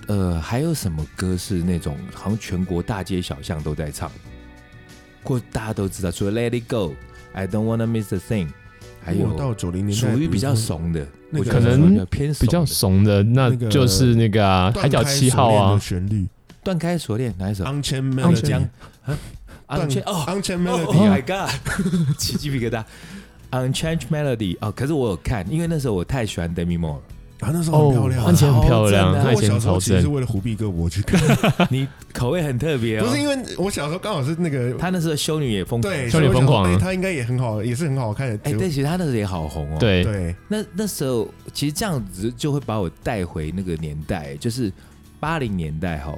呃还有什么歌是那种好像全国大街小巷都在唱，或大家都知道，除了 Let It Go，I don't wanna miss a thing，还有我到九啊零年代属于比较怂的，那我个觉得可能比较偏比较怂怂的，那那个就是那个啊，海角七号啊，旋律的断开锁链哪一首？ ，Unchained 傲 Melody，江啊，却哦， ，Unchained 哦 Melody，啊 Oh my god！起 鸡皮疙瘩。Unchange Melody 哦，可是我有看，因为那时候我太喜欢 Demi Moore 了。 啊，那时候很漂亮啊，安琪很漂超正亮，的她哦以我小前时超候其实是正，为了虎臂哥我去看，你口味很特啊别哦。不是因为我小时候刚好是那个他那时候修女也疯狂。对，少女所以我疯狂想说啊哎他应该也很好，也是很好看的。哎，结果但其实他那时候也好红哦。，对，对，那那时候其实这样子就会把我带回那个年代，就是八零年代哈。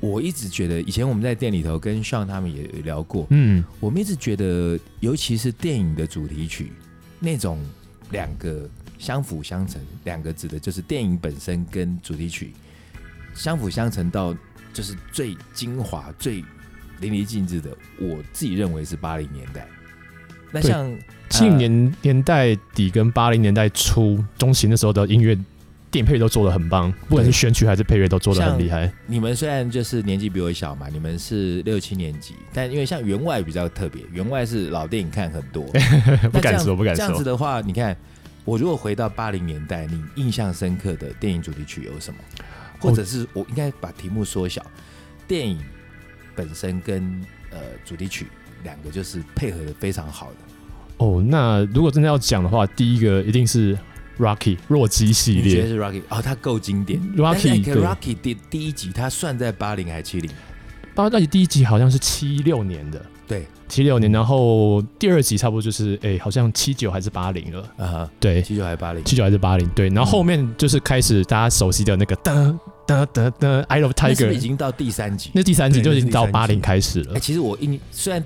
我一直觉得，以前我们在店里头跟上他们也聊过，嗯，我们一直觉得，尤其是电影的主题曲，那种两个相辅相成，两个指的就是电影本身跟主题曲相辅相成到就是最精华、最淋漓尽致的，我自己认为是八零年代。那对像七零年年代底跟八零年代初中期那时候的音乐。电配都做的很棒，不管是选曲还是配乐都做的很厉害。你们虽然就是年纪比我小嘛，你们是六七年级，但因为像员外比较特别，员外是老电影看很多， 不敢那这说，样不敢这样子说。的话，你看，我如果回到八零年代，你印象深刻的电影主题曲有什么？或者是我应该把题目缩小，电影本身跟呃主题曲两个就是配合的非常好的。哦，那如果真的要讲的话，第一个一定是 Rocky 洛基系你觉得列。是 Rocky 哦，它够经典。但是哎 Rocky 可对 Rocky 第第一集，它算在八零还七零？八大集第一集好像是七六年的，对，七六年，然后第二集差不多就是哎、好像七九还是八零了，啊、对，七九还八零？七九还是八零，对。然后后面就是开始大家熟悉的那个噔噔噔噔 I Love 那是不是已 Tiger，经到第三集？那第三集对就已经到那是第八三集零开始哎、 了。其实我印虽然，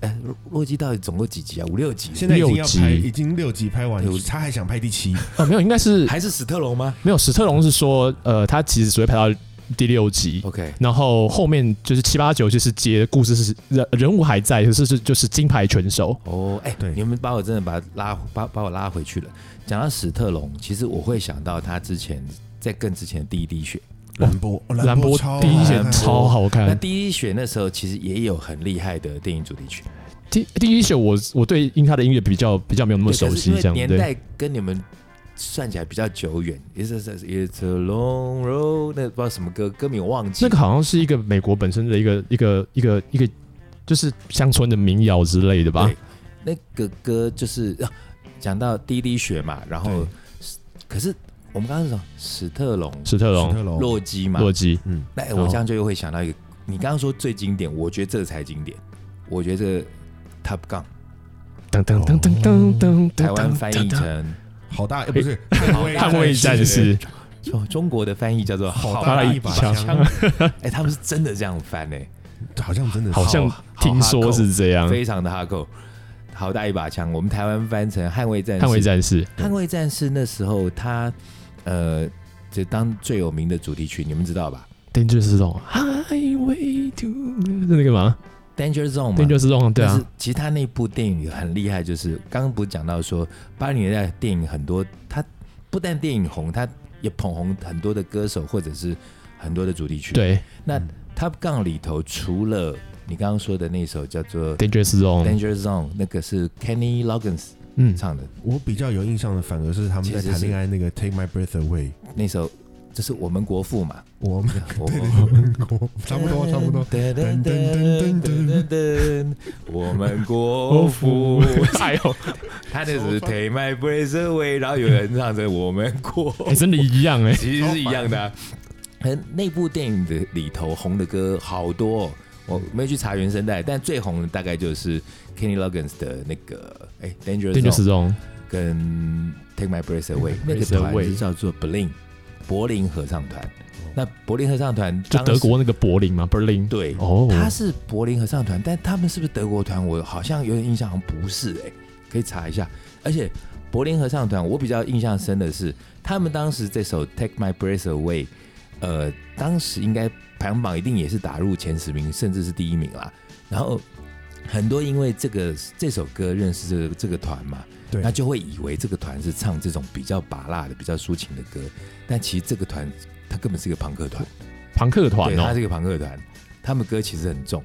哎，洛基到底总共几集啊？五六集？现在已经要拍，六集已经六集拍完六，集他还想拍第七，哦，没有，应该是还是史特龙吗没有。史特龙是说，呃，他其实只会拍到第六集。 ？OK，然后后面就是七八九，就是接故事是人人物还在，就是是就是金牌拳手，哦，哎、对你们把我真的把他拉把把我拉回去了。讲到史特龙，其实我会想到他之前在更之前的第一滴血。兰博，哦兰博超第一好眼看超好那看。第一滴血那时候其实也有很厉害的电影主题曲，第第一首我我对因他的音乐比较比较没有那么对熟可是悉因，为这样年对。代跟你们算起来比较久远。It's a, it's a long road，那不知道什么歌，歌名我忘记。那个好像是一个美国本身的一个一个一个一个，就是乡村的民谣之类的吧对？那个歌就是啊讲、到第一滴血嘛，然后对可是我们刚刚说史特龙、史特史龙、特龙，洛基嘛，洛基，嗯，那、哎哦我这样就又会想到一个，你刚刚说最经典，我觉得这个才经典。我觉得这个 Top Gun 噔噔噔噔噔噔，哦台湾翻译成好大，哎不是捍卫战，士， 中哦中国的翻译叫做好大大的一一把把枪，哎、他们是真的这样翻哎、好像真的是好像好听说是这样。非常的哈扣，好大一把枪。我们台湾翻成捍卫战士，捍卫战士，捍卫战士那时候他呃，就当最有名的主题曲，你们知道吧？ Dangerous Zone，Highway to 是那个吗？ Danger Zone 嘛电就是这种，对但啊是，其实他那部电影很厉害，就是刚刚不是讲到说八零年代的电影很多，他不但电影红，他也捧红很多的歌手或者是很多的主题曲。，对那嗯 Top Gun 里头除了你刚刚说的那首叫做 d a n g e r o Zone， Danger Zone，那个是 Kenny Loggins 嗯，唱的我比较有印象的，反而是他们在其实谈是恋爱那个《Take My Breath Away》，那首，这是我们国 父嘛，我 们我差不 多差不多。噔噔噔噔噔 噔，我们国国父服，哎呦，他那只是 Take My Breath Away，然后有人唱着我们国 父哎，真的一样哎，其实是一样的、啊。嗯，那部电影的里头红的歌好多、哦，我没去查原声带，但最红的大概就是 Kenny Loggins 的那个哎 Danger 电就是 Zone 这种，跟 Take My Breath Away 那个 Breath 团是 Away 哦叫做 Bling 柏林合唱团。那柏林合唱团就当时德国那个柏林嘛，Berlin，对，哦，他是柏林合唱团，但他们是不是德国团？我好像有点印象，好像不是哎、可以查一下。而且柏林合唱团，我比较印象深的是，他们当时这首《Take My Breath Away》，呃，当时应该排行榜一定也是打入前十名，甚至是第一名啦。然后很多因为这个这首歌认识这个这个团嘛，对那就会以为这个团是唱这种比较拔辣的、比较抒情的歌，但其实这个团它根本是一个朋克团，朋克团对，它哦是，一个朋克团，他们歌其实很重。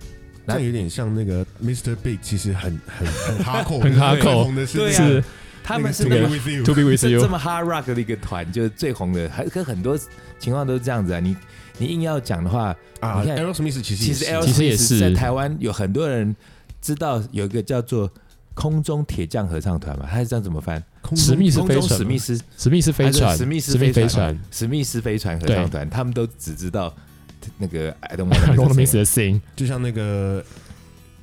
这样有点像那个 Mr. Big，其实很很 很哈扣，很 hardcore 最红的是对啊是他们是那那个么 To Be With You， To Be With 是 You， 这么 hard rock 的一个团，就是最红的，还可很多情况都是这样子啊。你你硬要讲的话，啊你看，Aerosmith 其实其也实是 L 其实也是在台湾有很多人知道有一个叫做空中铁匠合唱团嘛，他是这样怎么翻？空史密斯空飞中船嘛，史密斯史密斯飞还船，是史密斯飞飞船啊船 史密斯飞船合唱团，他们都只知道那个 I don't want ，Long to Miss the Sing，就像那个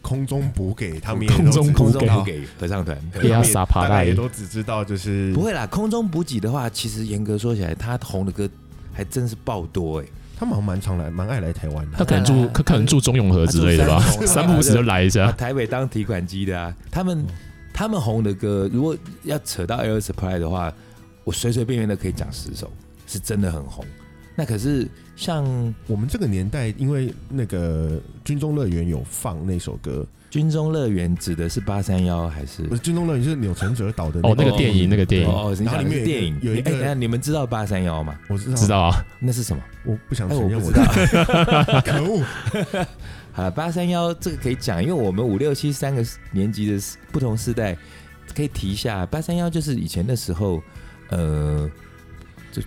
空中补给，他们也空都中只空补知中道不给合唱团。对他们也撒帕大概赖也都只知道就是不会啦，空中补给的话，其实严格说起来，他红的歌还真是爆多哎、他们好像蛮常来，蛮爱来台湾的。他可能当住然啊他可能住中永和之类的吧他住，三 三重啊不五时就来一把下，台北当提款机的啊，他们、嗯他们红的歌，如果要扯到 Air Supply 的话，我随随便便的可以讲十首，是真的很红。那可是像《我们这个年代，因为那个军中乐园有放那首歌，军中乐园》指的是八三幺还是不？是军中乐园，就是钮承泽导的哦那个部电影那个电影对哦，你讲的是电影然后里面有一个有一个哎等下你们知道八三幺吗？我知道，知，道啊，那是什么？我不想哎，承我认不知的道。 可恶，啊，八三幺这个可以讲，因为我们五六七三个年级的不同世代，可以提一下。八三幺就是以前的时候，呃，就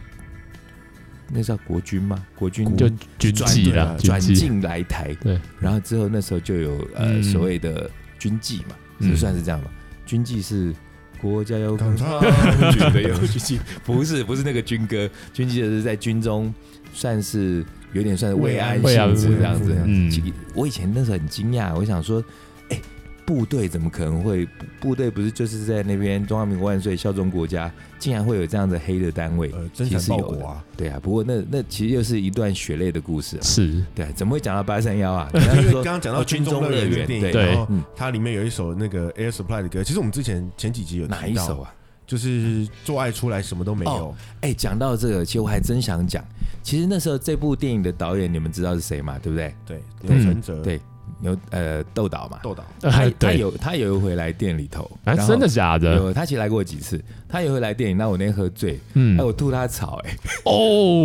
那叫国军吗？国军就军纪啦，军转纪，进来台，对，然后之后那时候就有呃、嗯所谓的军纪嘛，嗯是算是这样嘛？军纪是国家有刚刚举的有 军纪，不是不是那个军歌，军纪就是在军中算是有点算是慰安慰安性质这样子慰。安嗯其我以前那时候很惊讶，我想说，哎、部队怎么可能会？部部队不是就是在那边中华民国万岁，效忠国家，竟然会有这样的黑的单位？呃，真想报国啊，对啊，不过那那其实又是一段血泪的故事啊。是对啊，怎么会讲到八三幺啊？因人为家哎刚说刚讲哦到军中中乐乐园园的电影，对然后嗯它里面有一首那个 Air Supply 的歌，其实我们之前前几集有提到哪一首？啊？就是做爱出来什么都没有哦，哎，讲到这个，其实我还真想讲，其实那时候这部电影的导演你们知道是谁嘛？对不对？对，钮承泽嗯对牛呃豆导嘛，豆导，他呃他 对，有他有一回来店里头，哎，然后真的假的？有他其实来过我几次，他有一回来店里，那我那天喝醉，嗯哎，，我吐他草，哎，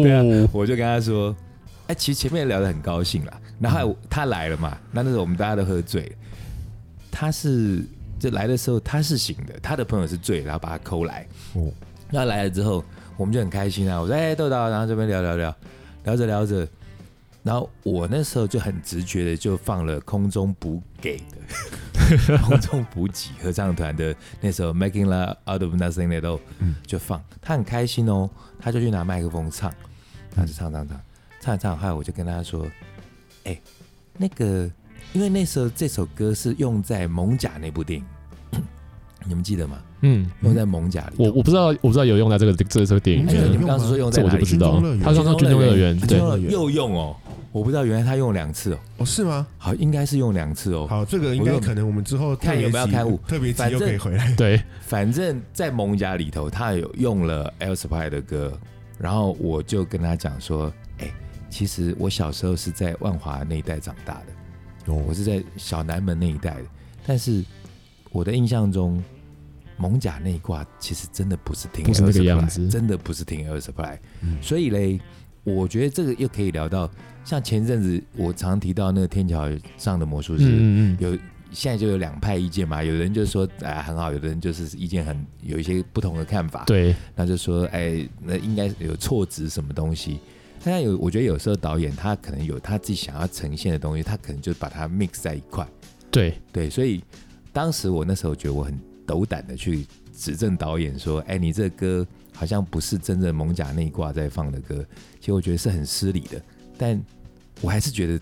对啊哦，我就跟他说，哎，其实前面聊得很高兴啦，然后后来我他来了嘛，那那时候我们大家都喝醉了，他是就来的时候他是醒的，他的朋友是醉了，然后把他抠来，哦，那来了之后，我们就很开心啊。我说：“哎、豆豆。”然后这边聊聊聊，聊着聊着，然后我那时候就很直觉的就放了空中补给的空中补给合唱团的那首《Making Love Out of Nothing at All》，就放。他很开心哦，他就去拿麦克风唱，他就唱唱唱唱唱。后来我就跟他说：“哎、那个，因为那时候这首歌是用在《蒙甲》那部电影， 你们记得吗？嗯，用在《蒙甲》里头。我我不知道，我不知道有用在这个这这个电影你哎这个有你里们用面，当时吗说用在这我哪就里不？知军道中乐。园他刚说军中乐园，对军，中乐园又用哦，我不知道原来他用两次哦，哦是吗？好应该是用两次哦。好，这个应该我就可能我们之后看有没有特别集开悟特别集反又正可以回来。对，反正，在蒙甲里头，他有用了 L Spy 的歌，然后我就跟他讲说，哎、其实我小时候是在万华那一带长大的，哦我是在小南门那一带的，但是我的印象中，蒙甲那一挂其实真的不是听 Air 不 Supply，是那个样子真的不是听 Air Supply。嗯，所以嘞，我觉得这个又可以聊到，像前阵子我常提到那个天桥上的魔术师，嗯嗯嗯，有现在就有两派意见嘛，有人就说啊很好，有的人就是意见很有一些不同的看法，对，那就说哎那应该有错值什么东西。但有我觉得有时候导演他可能有他自己想要呈现的东西，他可能就把它 mix 在一块，对，对，所以当时我那时候觉得我很斗胆的去指正导演说，哎、你这歌好像不是真正蒙甲那一挂在放的歌，其实我觉得是很失礼的，但我还是觉得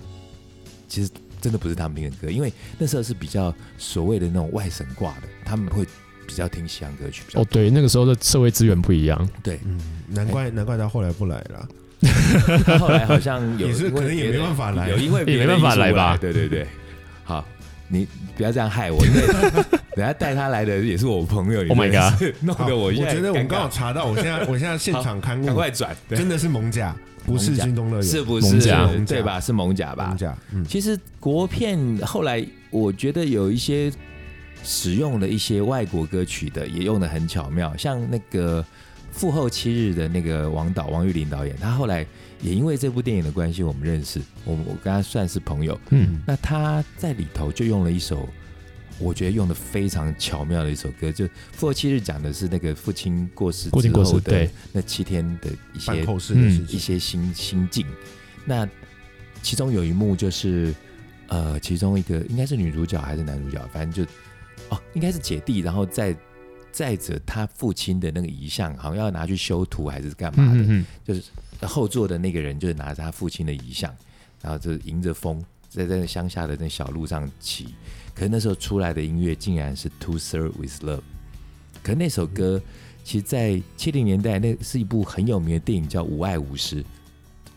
其实真的不是他们听的歌，因为那时候是比较所谓的那种外省挂的，他们会比较听西洋歌曲比较哦，对，那个时候的社会资源不一样，对嗯，难怪难怪他后来不来了。后来好 像有也是因为可能也别的没办法来有因为别的也没办法来吧因素啊对对对，好。你不要这样害我， 因为等下带他来的也是我朋友你 Oh my 真的是 弄好得我我现在觉得我尴们尬刚好查到，我现在 我现在现场刊赶物快转，对，真的是蒙甲，不是蒙甲军东乐园，是不蒙是甲蒙？甲对吧？是蒙甲吧蒙？甲，嗯，其实国片后来我觉得有一些使用了一些外国歌曲的，也用的很巧妙，像那个《复后七日》的那个王导王玉林导演，他后来也因为这部电影的关系，我们认识，我我跟他算是朋友。嗯，那他在里头就用了一首，我觉得用的非常巧妙的一首歌，就《复后七日》讲的是那个父亲过世过之境过世后的对那七天的一些办后事的事一情，些心心境。那其中有一幕就是，呃，其中一个应该是女主角还是男主角，反正就哦，应该是姐弟，然后再载着他父亲的那个遗像，好像要拿去修图还是干嘛的。嗯嗯后座的那个人就是拿着他父亲的遗像，然后就迎着风在在乡下的那小路上骑。可是那时候出来的音乐竟然是《To Serve with Love》，可那首歌其实，在七零年代那是一部很有名的电影叫《无爱无师》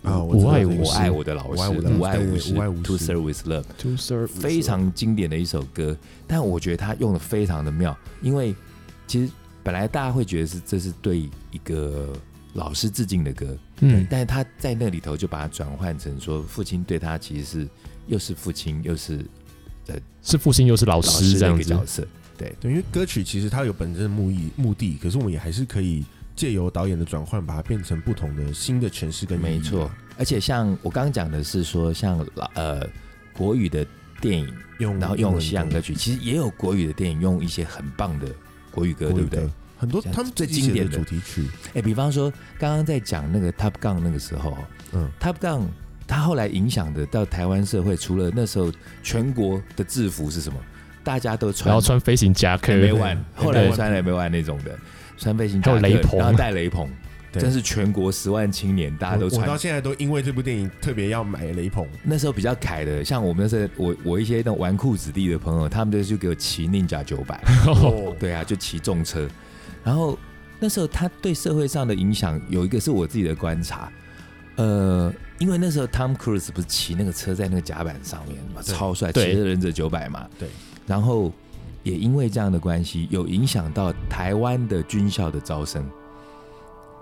啊嗯我我知道爱这个我是爱我的老我师爱我的，无老爱师对无对师无爱无，To 师 Serve with Love。 ，To serve 非常经典的一首歌，但我觉得他用的非常的妙，因为其实本来大家会觉得是这是对一个老师致敬的歌，嗯但是他在那里头就把它转换成说，父亲对他其实是又是父亲又是是父亲又是老老师这的一样个子角，色，对，因为歌曲其实它有本身的目意目的，可是我们也还是可以借由导演的转换，把它变成不同的新的诠释跟意义啊没错。嗯而且像我刚刚讲的是说，像老呃国语的电影，用然后中用文西洋歌曲，其实也有国语的电影用一些很棒的国语歌，国对语不对歌？，很多像他们最自己经写典的主题曲，哎、比方说刚刚在讲那个 Top Gun 那个时候，嗯嗯，Top Gun 它后来影响的到台湾社会，除了那时候全国的制服是什么，大家都然穿后穿飞行夹克，没完，后来对穿了没完那种的，穿背心夹克，还有雷朋啊然后带雷 朋，对真是全国十万青年大家都我我到穿。现在都因为这部电影特别要买雷朋，那时候比较凯的，像我们那时候，我我一些那种纨绔子弟的朋友，他们就去给我骑 Ninja 九百，哦，对啊，就骑重车。然后那时候他对社会上的影响有一个是我自己的观察，呃，因为那时候 Tom Cruise 不是骑那个车在那个甲板上面嘛，对超帅，骑对着忍者九百嘛，对。然后也因为这样的关系，有影响到台湾的军校的招生，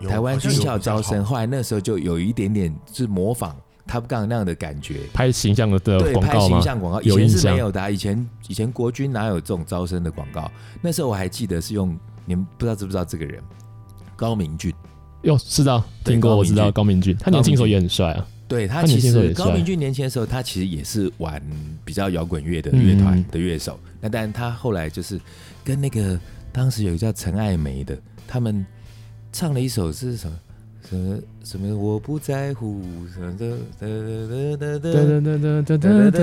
有台湾好军像有校比较招生，好后来那时候就有一点点是模仿 Top Gun 那样的感觉，拍形象的对，广拍告形吗？象广告，以有前印是象没有的啊、以前以前国军哪有这种招生的广告？那时候我还记得是用，你们不知道知不知道这个人，高明俊。哟，知道对听高过，我明知道俊高明俊，他年轻的时候也很帅啊，对他他其年轻时候实也高帅明俊年轻的时候，他其实也是玩比较摇滚乐的乐团嗯的乐手。那当然，他后来就是跟那个当时有个叫陈爱梅的，他们唱了一首是什么什么什么我不在乎什么的的的的的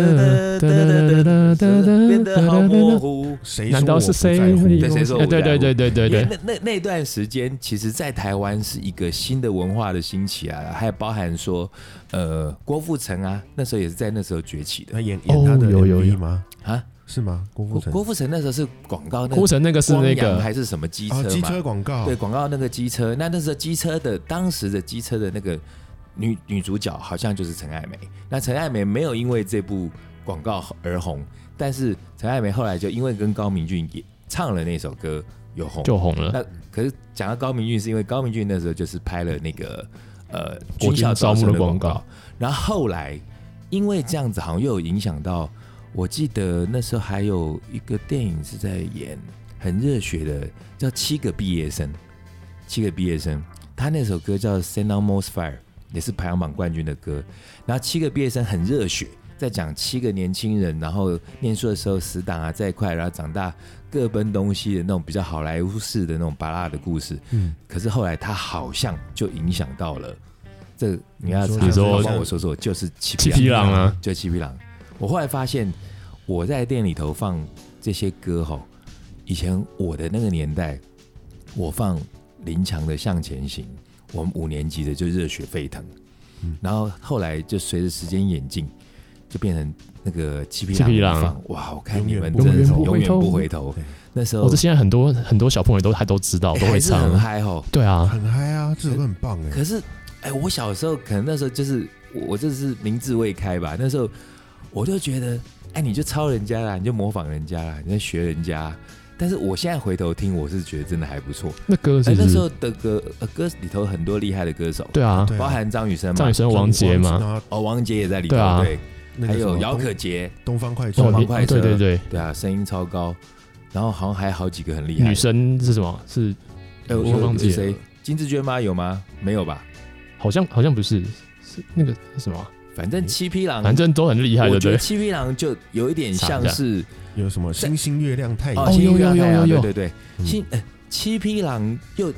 变得好模糊。谁难说道我是不谁在乎？对谁说我哎不在对乎对对对对因为对，那那那段时间，其实，在台湾是一个新的文化的兴起啊，还有包含说，呃，郭富城啊，那时候也是在那时候崛起的他演演他的哦有有 MV 有吗？啊。是吗？郭富郭城郭富城那时候是广告，那哭成那个是那光阳个还是什么机车啊，嘛？机车广告对，广告那个机车。那那时候机车的当时的机车的那个女女主角好像就是陈爱梅。那陈爱梅没有因为这部广告而红，但是陈爱梅后来就因为跟高明俊也唱了那首歌有红。就红了，那可是讲到高明俊，是因为高明俊那时候就是拍了那个呃国军军校招募生的的广告告，然后后来因为这样子好像又有影响到我记得那时候还有一个电影是在演很热血的，叫《七个毕业生》，七个毕业生，他那首歌叫《Send On Most Fire》，也是排行榜冠军的歌。然后七个毕业生很热血，在讲七个年轻人，然后念书的时候死党啊在一块，然后长大各奔东西的那种比较好莱坞式的那种巴拉的故事。嗯，可是后来他好像就影响到了这，你要查你说帮我说说，就是七七匹狼啊，就七匹狼。我后来发现，我在店里头放这些歌吼，以前我的那个年代，我放林强的《向前行》，我们五年级的就热血沸腾，嗯然后后来就随着时间演进，就变成那个七匹七匹狼放哇！我看永你远们不真的是回头永远不回头对。那时候我这现在很多很多小朋友都还都知道，哎都还会是很唱。嗨吼，对啊，很嗨啊，这首歌很棒哎、可是，哎，我小时候可能那时候就是我我这是明智未开吧，那时候我就觉得，哎，你就抄人家啦，你就模仿人家啦，你就学人家。但是我现在回头听，我是觉得真的还不错。那歌哎是，不那时是？候的歌、呃、歌里头很多厉害的歌手，对啊，对啊包含张雨生嘛，张雨生、王杰嘛，然后哦，王杰也在里头，对啊对，那个还什么有姚东可杰，东方快车东哦嘛，方你快车对对对，对啊，声音超高，然后好像还有好几个很厉害的女，生是什么？是哎，我忘记了谁？金志娟吗？有吗？没有吧？好像好像不是，是那个什么啊，反正七匹狼，反正都很厉害嗯我的，觉对得。啊七匹狼就有一点像是有什么星星月亮太阳，哦七匹狼有有有有有对对对，嗯七呃七匹狼又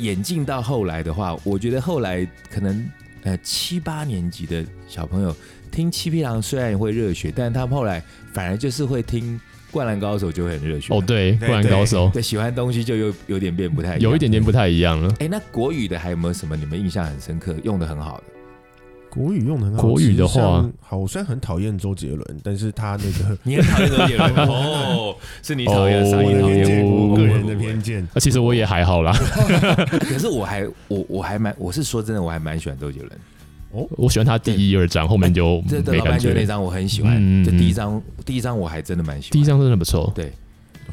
演进到后来的话，我觉得后来可能呃七八年级的小朋友听七匹狼虽然也会热血，但他们后来反而就是会听灌篮高手就会很热血哦，对，对灌篮高手对，喜欢的东西就有有点变不太样有一点点。不太一样了。哎，那国语的还有没有什么你们印象很深刻、用的很 好的？国语用的很好。国语的话其实像，好，我虽然很讨厌周杰伦，但是他那 个你很讨厌周杰伦哦，是你讨厌，哦是我 你的讨偏见，厌，我我个人的偏见，啊，其实我也还好啦，可是我还我我还蛮我是说真的，我还蛮喜欢周杰伦。我喜欢他第一二张，后面就哎这这嗯没老感板就觉那了。张我很喜欢，嗯嗯这第一嗯张第一张我还真的蛮喜欢。第一张真的不错，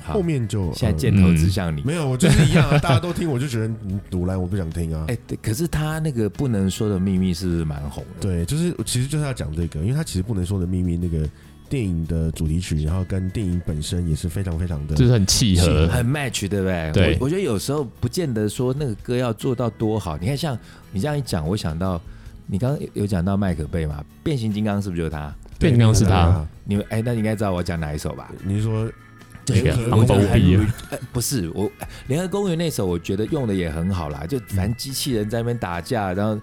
好后，面就现在呃箭头指向你。嗯没有，我就是一样 啊，大家都听，我就觉得嗯堵来，我不想听啊。哎，对，可是他那个不能说的秘密是不是蛮红的？对，就是其实就是要讲这个，因为他其实不能说的秘密那个电影的主题曲，然后跟电影本身也是非常非常的就是很契合。很 match，对不对？对我我觉得有时候不见得说那个歌要做到多好。你看，像你这样一讲，我想到你刚刚有讲到麦可贝嘛，变形金刚是不是就是他？对啊变形金刚是他，。你们哎，那你应该知道我讲哪一首吧？你是说对联合啊国防暴壁啊呃不是我，呃联合公园那首我觉得用的也很好啦，就反正机器人在那边打架，然后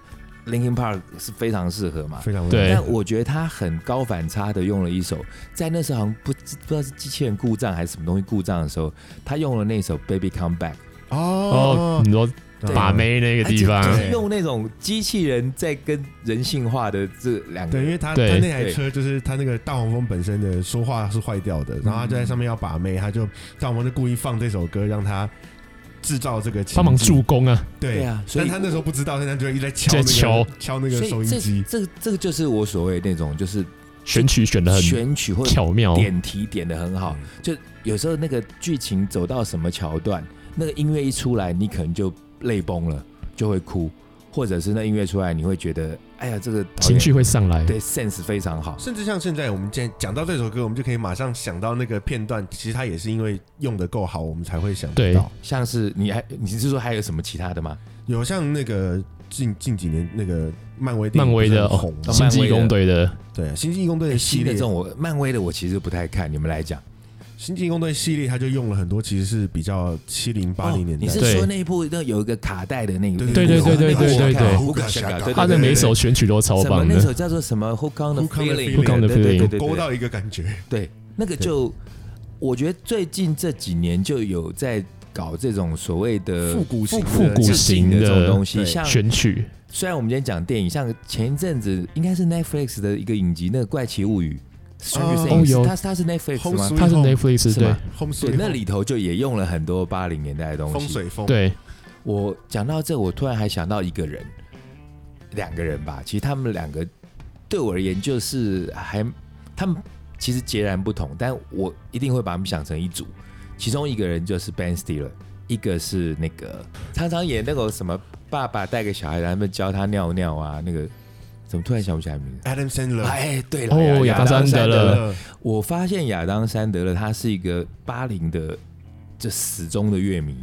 Linkin Park 是非常适合嘛。非常啊对但我觉得他很高反差的用了一首，在那时候好像不知不知道是机器人故障还是什么东西故障的时候，他用了那首 Baby Come Back，哦哦，，你说对把妹那个地方而，且就对是用那种机器人在跟人性化的这两个对，因为他他对那台车就是他那个大黄蜂本身的说话是坏掉的，然后他就在上面要把妹，他就大黄蜂就故意放这首歌让他制造这个情帮忙境助攻啊，对对啊所以但他那时候不知道，但他就一直在敲在那个敲敲那所个以收音这机，这这个就是我所谓那种就是选曲选的很选曲或者巧妙，点题点的很好嗯，就有时候那个剧情走到什么桥段，那个音乐一出来，你可能就泪崩了，就会哭，或者是那音乐出来，你会觉得，哎呀，这个导情演绪会上来。对 sense 非常好，甚至像现在我们今天讲到这首歌，我们就可以马上想到那个片段。其实他也是因为用的够好，我们才会想对到。像是你还你是说还有什么其他的吗？有像那个近近几年那个漫威电影漫威的不是很红哦吗，星际工队的对啊，星际义工队的系哎新列的这，种我漫威的我其实不太看，你们来讲，星际义工队系列，他就用了很多其实是比较七零八零年代哦你的。是对说那一部那有一个卡带的那一部？对对对对对对对胡卡香港对对对对他的每一首选曲都超什么棒那的，首叫做什么 Hook on the Hook on the Feeling Feeling Hook on the 对对对对 Feeling 对对勾到一个感觉，对，那个就我觉得最近这几年就有在搞这种所谓的呃复古型的复古型的的这种东西。对像选曲虽然我们今天讲电影，像前一阵子应该是 Netflix 的一个影集，那个《怪奇物语》哦 Stranger 哦 Things，、有它它是 Netflix 红吗薯？它是 Home Netflix 是对吗 Home 对， Sweet 那 Home 里头就也用了很多八零年代的东风西。水风，对，我讲到这，我突然还想到一个人，两个人吧。其实他们两个对我而言就是还，他们其实截然不同，但我一定会把他们想成一组。其中一个人就是 Ben Stiller，一个是那个常常演那个什么爸爸带个小孩，然后他们教他尿尿啊，那个怎么突然想不起来名字？ Adam Sandler，哎，对了，哦亚当山德勒我发现亚当·山德勒他是一个八零的这死忠的乐迷。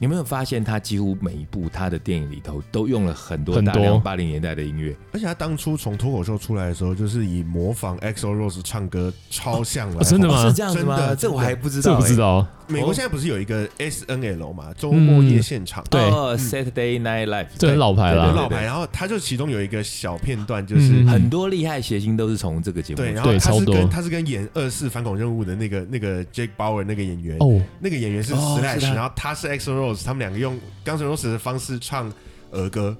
你有没有发现他几乎每一部他的电影里头都用了很多很大多量八零年代的音乐？而且他当初从脱口秀出来的时候，就是以模仿 EXO Rose 唱歌超像了、哦真的吗哦是这样子真吗？的这我还不知道、哎欸这我不知。道，美国现在不是有一个 SNL 嘛，周末夜现场，对哦，Saturday Night Live，这很老牌很啦。老牌。然后他就其中有一个小片段，就是、嗯很多厉害谐星都是从这个节目对，然后对他超是多跟他是跟演二四反恐任务的那个那个 Jake Bauer 那个演员，哦，，那个演员是哦是 Slash，、他然后他是 EXO Rose，他们两个用钢琴 Rose 的方式唱儿歌，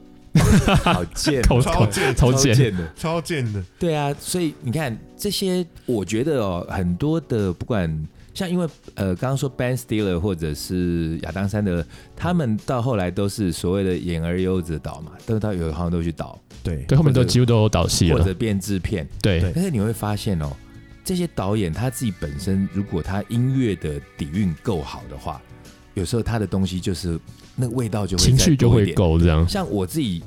好 贱口超口贱超超贱，贱的。超贱的。对啊，所以你看这些，我觉得哦，很多的不管像因为呃，刚刚说 Ben Stiller 或者是亚当·山德勒，他们到后来都是所谓的演而优则导嘛，都到有好像都去导对，对，后面都几乎都有导戏或了。者变制片，对对，但是你会发现哦，这些导演他自己本身如果他音乐的底蕴够好的话，有时候他的东西就是那个味道就会情再绪就多一会点够这样。像我自己，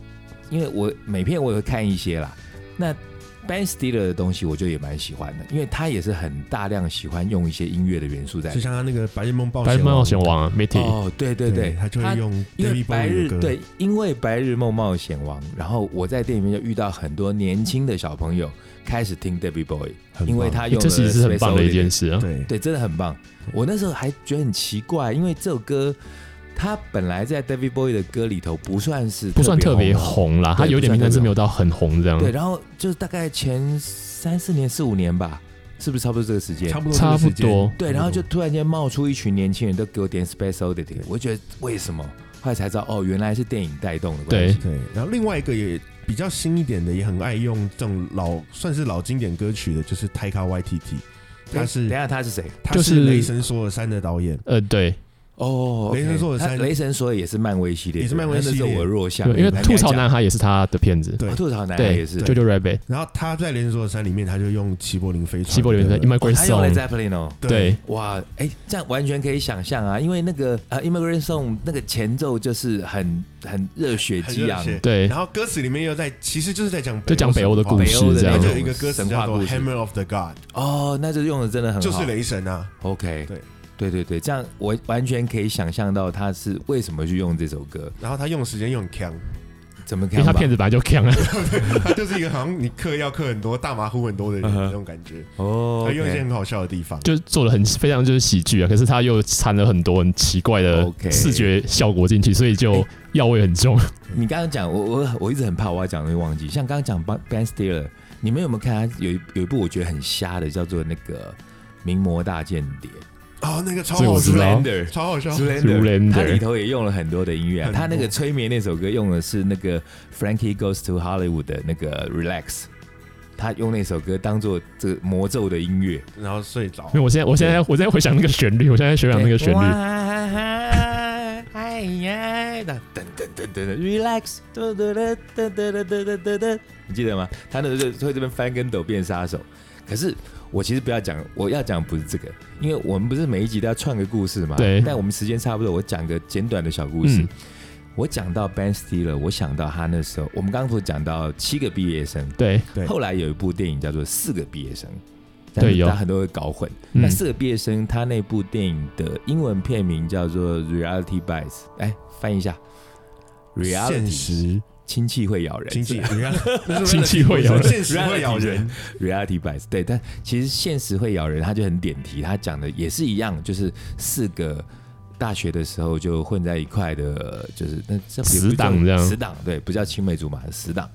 因为我每片我也会看一些啦。那 Ben Stiller 的东西，我就也蛮喜欢的，因为他也是很大量喜欢用一些音乐的元素在就。像他那个白日梦暴白日险梦冒险王啊，Matty，哦，对对对，他就会用因为 David 白 Bowie 日的歌，对，因为白日梦冒险王，然后我在店里面就遇到很多年轻的小朋友开始听 David Bowie，很棒，因为他用了这其实是很棒的一 Space Oddity 件事啊。对对，真的很棒。我那时候还觉得很奇怪，因为这首歌它本来在 David Bowie 的歌里头不算是不算特别红的红啦，对他有点名，但是没有到很红这样。对，然后就是大概前三四年、四五年吧，是不是差不多这个时间差？不多差不这个时间多对，然后就突然间冒出一群年轻人都给我点 Space Oddity，我就觉得为什么？后来才知道哦，原来是电影带动的关系。对，然后另外一个也比较新一点的，也很爱用这种老算是老经典歌曲的，就是 Taika Waititi，他等一是下他是谁？他就是是雷神索尔三的导演，呃，对，哦，OK，雷神说的他三雷神说的也是漫威系列的，也是漫威那那系列是我的弱项，因为来吐槽来男孩也是他的片子，对讲，哦吐槽男孩对，也是。 j o Rabbit，然后他在雷神索尔三里面，他就用齐柏林飞船，西伯里面的 i m m i g r a 哦 t 他用了 Song， Zeppelin 哦，对对，哇，哎，这样完全可以想象啊，因为那个呃《Immigrant Song》那个前奏就是很很热血很激热昂，血。对然后歌词里面又在，其实就是在讲就讲北欧的故神事话北欧的哦这那样它种就有一个歌词神叫话做故《事 Hammer of the God 哦，那就用的真的很》，好，就是雷神啊， OK，对对对对，这样我完全可以想象到他是为什么去用这首歌，然后他用的时间又很强，怎么因看为吧？他片子本来就强啊，他就是一个好像你嗑药嗑很多、大麻呼很多的人嗯哼那种感觉，哦他用一些很好笑的地方。就做了很非常就是喜剧啊，可是他又掺了很多很奇怪的 OK 视觉效果进去，所以就哎药味很重。你刚刚讲，我我我一直很怕我要讲的东西忘记，像刚刚讲 Ben- Ben Stiller，你们有没有看他有一有一部我觉得很瞎的，叫做那个《名模大间谍哦，那个超这个好我知笑，道 Zoolander 超好笑。 Zoolander 它里头也用了很多的音乐、啊很，多他那个催眠那首歌用的是那个 Frankie Goes to Hollywood 的那个 Relax，他用那首歌当做这个魔咒的音乐，然后睡着因为，我现在我现在我在回想那个旋律，我现在回想那个旋律，律。哎呀，那噔噔噔噔噔，relax，噔噔噔噔噔噔噔噔噔，你记得吗？他那个就会这边翻跟斗变杀手。可是我其实不要讲，我要讲不是这个，因为我们不是每一集都要串个故事嘛。对但我们时间差不多，我讲个简短的小故事。嗯我讲到 Ben Stiller，我想到他那时候，我们刚刚不是讲到七个毕业生，对，对后来有一部电影叫做《四个毕业生》，对但是有大家很多人会搞混。嗯那四个毕业生，他那部电影的英文片名叫做《Reality Bites》，哎，翻译一下现，Reality 实亲戚会咬人，经 济，亲戚会咬人现实会咬人， Reality Bites，对，但其实现实会咬人，他就很点题，他讲的也是一样，就是四个大学的时候就混在一块的，就是那这也不死党叫这样死党对，不叫青梅竹马，死党。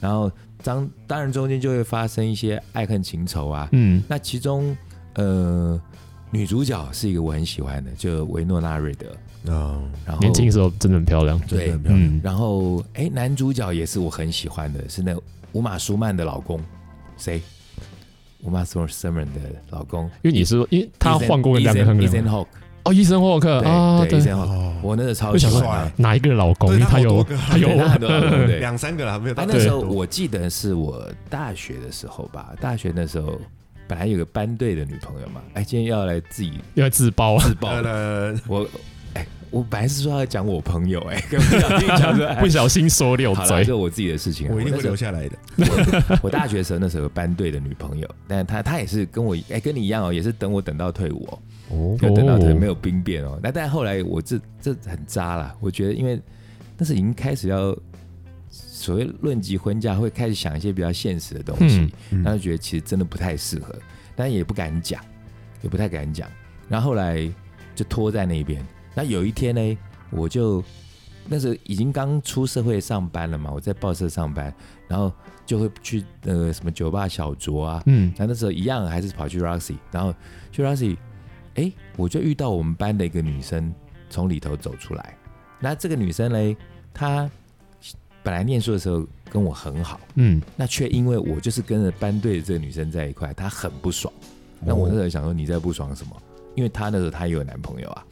然后当当然中间就会发生一些爱恨情仇啊。嗯，那其中呃，女主角是一个我很喜欢的，就维诺纳瑞德，啊，然后年轻的时候真的很漂亮，真的哦对很，漂亮嗯，然后哎，男主角也是我很喜欢的，是那乌玛舒曼的老公，谁？乌玛舒曼的老公，因为你是因为他 Ethan- 换过两个很 Ethan Hawke，哦，医生霍克啊，对对，Ethan Hawke，哦，我那个超我喜想说欢他，哪一个老公对？他好他有多个他有 啊对他很多 老公对。两三个了，没有到很他啊多。那时候我记得是我大学的时候吧，大学那时候本来有个班队的女朋友嘛，哎，今天要来自己要自爆啊，自爆了，呃，我哎我本来是说要讲我朋友、哎，跟不小 心讲出来不。小心说溜好了，嘴这，我自己的事情啊。我一定那会时候留下来的。我大学时候那时候有班队的女朋友，但她她也是跟我哎、跟你一样哦，也是等我等到退伍哦，哦就等到退哦没有兵变哦。那但后来我这这很渣啦，我觉得因为那是已经开始要所谓论及婚嫁，会开始想一些比较现实的东西，嗯然后觉得其实真的不太适合，但也不敢讲，也不太敢讲。然后后来就拖在那边。那有一天呢，我就那时候已经刚出社会上班了嘛，我在报社上班，然后就会去呃什么酒吧小酌啊，嗯，那那时候一样还是跑去 Roxy，然后去 Roxy，哎、我就遇到我们班的一个女生从里头走出来。那这个女生嘞，她本来念书的时候跟我很好，嗯，那却因为我就是跟着班队的这个女生在一块，她很不爽。那我那时候想说，你在不爽什么？因为她那时候她也有男朋友啊，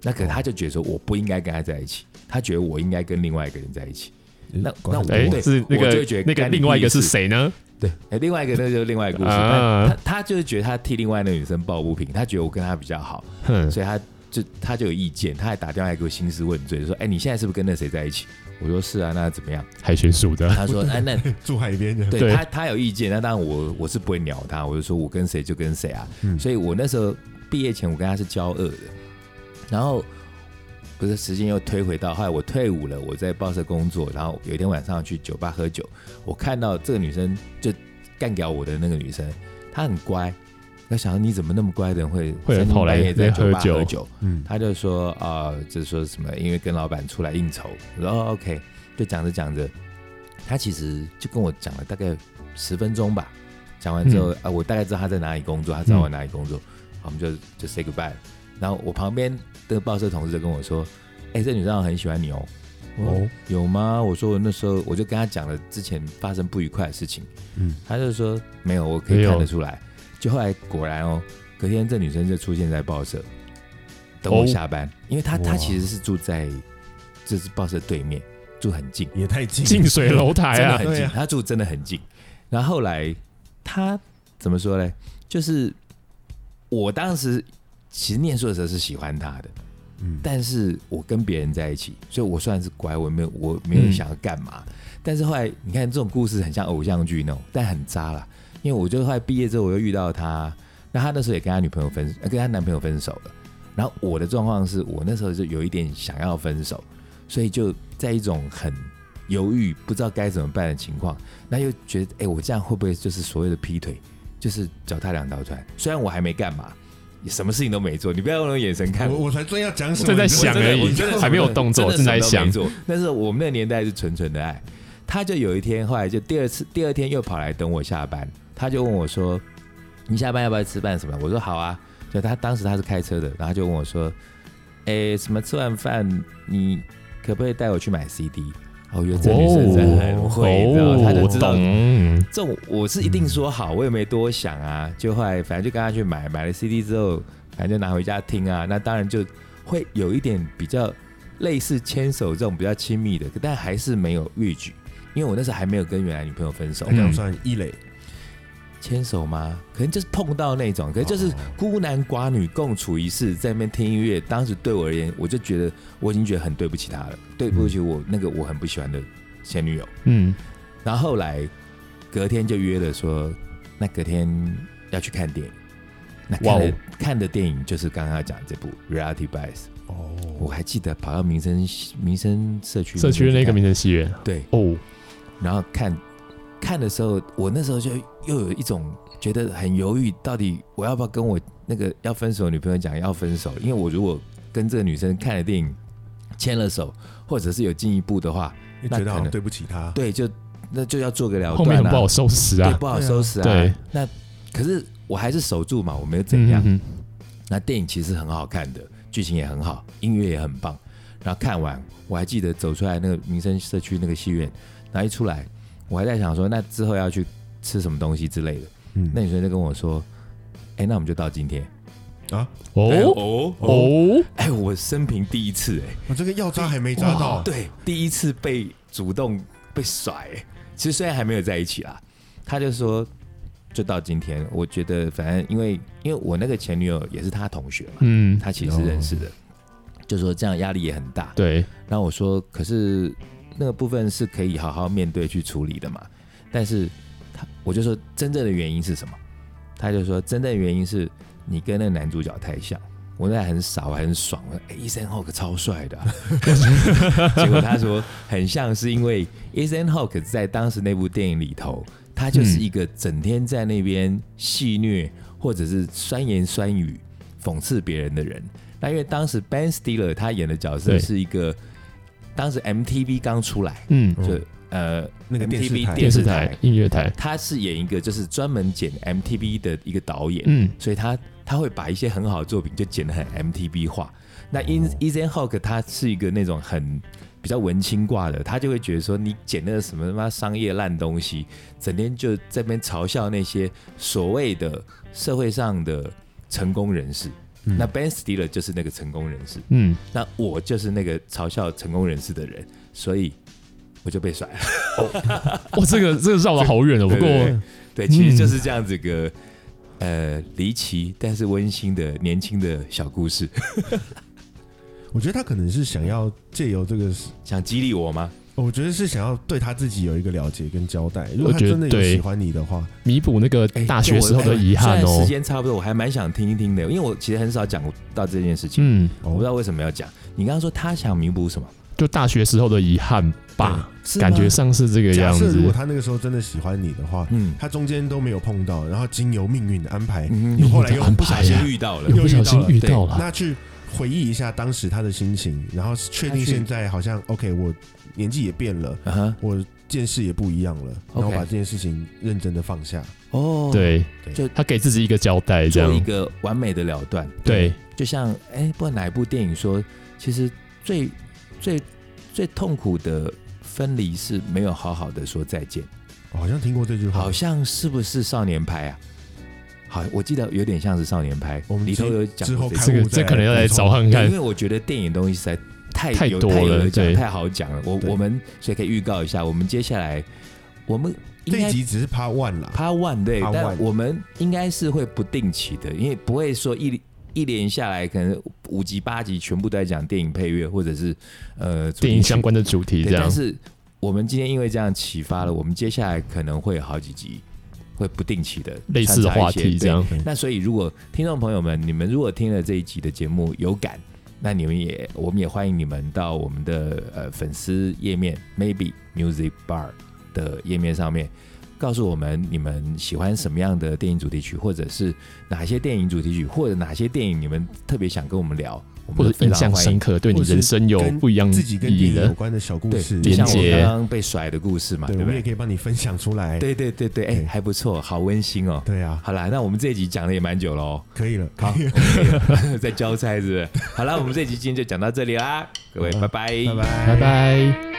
那可是她就觉得说我不应该跟她在一起，她觉得我应该跟另外一个人在一起。那那我哎对，是那我就觉个得那个干你另外一个屁是事谁呢？对，哎，另外一个那就是另外一个故事。啊但她她就是觉得她替另外那个女生抱不平，她觉得我跟她比较好，哼，所以她就她就有意见，她还打电话来给我兴师问罪，就说：“哎，你现在是不是跟那谁在一起？”我说：“是啊，那怎么样海巡署？”的，她说：“哎，那住海边 的，对对他，他有意见，那当然我我是不会鸟他，我就说我跟谁就跟谁啊。嗯所以我那时候毕业前，我跟他是交恶的，然后不是时间又推回到后来我退伍了，我在报社工作，然后有一天晚上去酒吧喝酒，我看到这个女生就干掉我的那个女生，她很乖，我想说你怎么那么乖的人会会三更跑来半夜在这酒边吧喝酒喝酒？嗯，他就说啊、呃就说什么因为跟老板出来应酬，然后、哦 OK，就讲着讲着，他其实就跟我讲了大概十分钟吧。讲完之后，啊、我大概知道他在哪里工作，他知道我哪里工作，好我们就就 say goodbye。然后我旁边的报社同事就跟我说：“哎、这女生很喜欢你哦。”哦哦，有吗？我说我那时候我就跟他讲了之前发生不愉快的事情，嗯，他就说没有，我可以没有看得出来。就后来果然哦，隔天这女生就出现在报社，等我哦下班，因为她她哇其实是住在就是报社对面，住很近，也太近，近水楼台真的啊，很对近，啊她住真的很近。然后后来她怎么说嘞？就是我当时其实念书的时候是喜欢她的，嗯，但是我跟别人在一起，所以我算是乖，我没有我没有想要干嘛。嗯但是后来你看这种故事很像偶像剧那种，但很渣啦。因为我就后来毕业之后，我又遇到他，那他那时候也跟他女朋友分，呃跟他男朋友分手了。然后我的状况是我那时候就有一点想要分手，所以就在一种很犹豫、不知道该怎么办的情况，那又觉得，哎、我这样会不会就是所谓的劈腿，就是脚踏两条船？虽然我还没干嘛，也什么事情都没做，你不要用那种眼神 看我我才正要讲什么，正在你知道想吗而已我真的我真的还没有动真作的正在想什么都没做但是我们那个年代是纯纯的爱。他就有一天，后来就第二次，第二天又跑来等我下班，他就问我说：“你下班要不要吃饭什么？”我说：“好啊。”就他当时他是开车的，然后他就问我说：“诶，什么吃完饭你可不可以带我去买 CD？” 哦我觉得这女生真的很会，你知道吗，她就哦，知道懂，这种我是一定说好，我也没多想啊。就后来反正就跟他去买，买了 CD 之后，反正就拿回家听啊。那当然就会有一点比较类似牵手这种比较亲密的，但还是没有越矩，因为我那时候还没有跟原来女朋友分手。这样算异类，牵手吗？可能就是碰到那种，可能就是哦孤男寡女共处一室，在那边听音乐。当时对我而言，我就觉得我已经觉得很对不起他了，对不起我那个我很不喜欢的前女友。嗯，然后后来隔天就约了说，那隔天要去看电影。那看的、哇哦看的电影就是刚刚要讲这部《Reality Bites》，哦，我还记得跑到民生民生社区社区边那去个看名人戏院，对，哦，然后看看的时候，我那时候就又有一种觉得很犹豫，到底我要不要跟我那个要分手的女朋友讲要分手？因为我如果跟这个女生看了电影牵了手，或者是有进一步的话，就觉得好那可像能对不起他，对，就那就要做个了断、啊，后面很不好收拾对，啊，不好收拾啊。对那可是我还是守住嘛，我没有怎嗯样。嗯那电影其实很好看的，剧情也很好，音乐也很棒。然后看完，我还记得走出来那个民生社区那个戏院，然后一出来，我还在想说，那之后要去吃什么东西之类的。嗯，那女生就跟我说：“哎、那我们就到今天。哦哦哦，哎、我生平第一次哎、我哦这个药渣还没抓到，对，第一次被主动被甩、欸其实虽然还没有在一起啦，他就说就到今天，我觉得反正因为因为我那个前女友也是他同学嘛，嗯，哦他其实是认识的，就说这样压力也很大。对，然后我说，可是那个部分是可以好好面对去处理的嘛。但是他，我就说真正的原因是什么？他就说真正的原因是你跟那个男主角太像。我那还很傻，我还很爽。我说：“哎、e t h a n Hawke 超帅的啊、 结果他说很像是因为 Ethan Hawke 在当时那部电影里头，他就是一个整天在那边戏虐或者是酸言酸语讽刺别人的人。那因为当时 Ben Stiller 他演的角色对是一个，当时 MTV 刚出来，嗯，嗯就呃那个电视 MTV 台电视电视台台、音乐台，他是演一个就是专门剪 MTV 的一个导演，嗯，所以他他会把一些很好的作品就剪得很 MTV 化。那 In 哦 Ethan Hawke 他是一个那种很比较文青挂的，他就会觉得说你剪那个什么他妈商业烂东西，整天就在那边嘲笑那些所谓的社会上的成功人士。嗯那 Ben Stiller 就是那个成功人士，嗯，那我就是那个嘲笑成功人士的人，所以我就被甩了。哇，这 个这个绕了好远哦。不对过对对对，其实嗯就是这样子一个、呃离奇但是温馨的年轻的小故 事，我觉得他可能是想要借由这个，想激励我吗？我觉得是想要对他自己有一个了解跟交代。如果他我觉得真的有对喜欢你的话，弥补那个哎大学时候的遗虽憾然哦时。间差不多，我还蛮想听一听的，因为我其实很少讲到这件事情，嗯，哦我不知道为什么要讲。你刚刚说他想弥补什么？就大学时候的遗憾吧，是吗感觉上是这个假样设如果子。他那个时候真的喜欢你的话，嗯，他中间都没有碰到，然后经由命运的安排，嗯你后来又很不小心呀遇到了又，啊不小心遇到了，那去回忆一下当时他的心情，然后确定他去现在好像 OK，我年纪也变了，啊哈，我见识也不一样了，然后 OK 把这件事情认真的放下。哦，，对，就他给自己一个交代，这做一样。个完美的了断。对，就像哎、不管哪一部电影说，其实最最最痛苦的分离是没有好好的说再见，我好像听过这句话好，像是不是少年派啊？好，我记得有点像是少年派，我们里头之有讲之过后这看个这我个再这可能要来补充找看对看因。为我觉得电影东西实在太太有多有了得讲对太好讲了。我对我们所以可以预告一下，我们接下来我们应这该一集只是 Part One 啦， Part One 对 Part，但 one 我们应该是会不定期的，因为不会说一一连下来，可能五集八集全部都在讲电影配乐或者是呃主题电影曲相关的主题这对，样但。是我们今天因为这样启发了，我们接下来可能会有好几集会不定期的类似的话题这。样。那所以，如果听众朋友们，你们如果听了这一集的节目有感，那你们也我们也欢迎你们到我们的呃粉丝页面 Maybe Music Bar 的页面上面，告诉我们你们喜欢什么样的电影主题曲，或者是哪些电影主题曲，或者哪些电影你们特别想跟我们聊，我或们都者非印常象欢迎深。刻，对你或者是人生有跟不一样自己跟意电义影有嗯的。关的小故对，事，就像我连接刚刚被甩的故事嘛，对，对我不们也对？可以帮你分享出来。对对对对，哎、对还不错，好温馨哦。对啊，好啦，那我们这一集讲的也蛮久了哦。可以了，好， 我们 也在交差是不是？好了，我们这集今天就讲到这里啦，各位，拜拜，拜拜，拜。拜。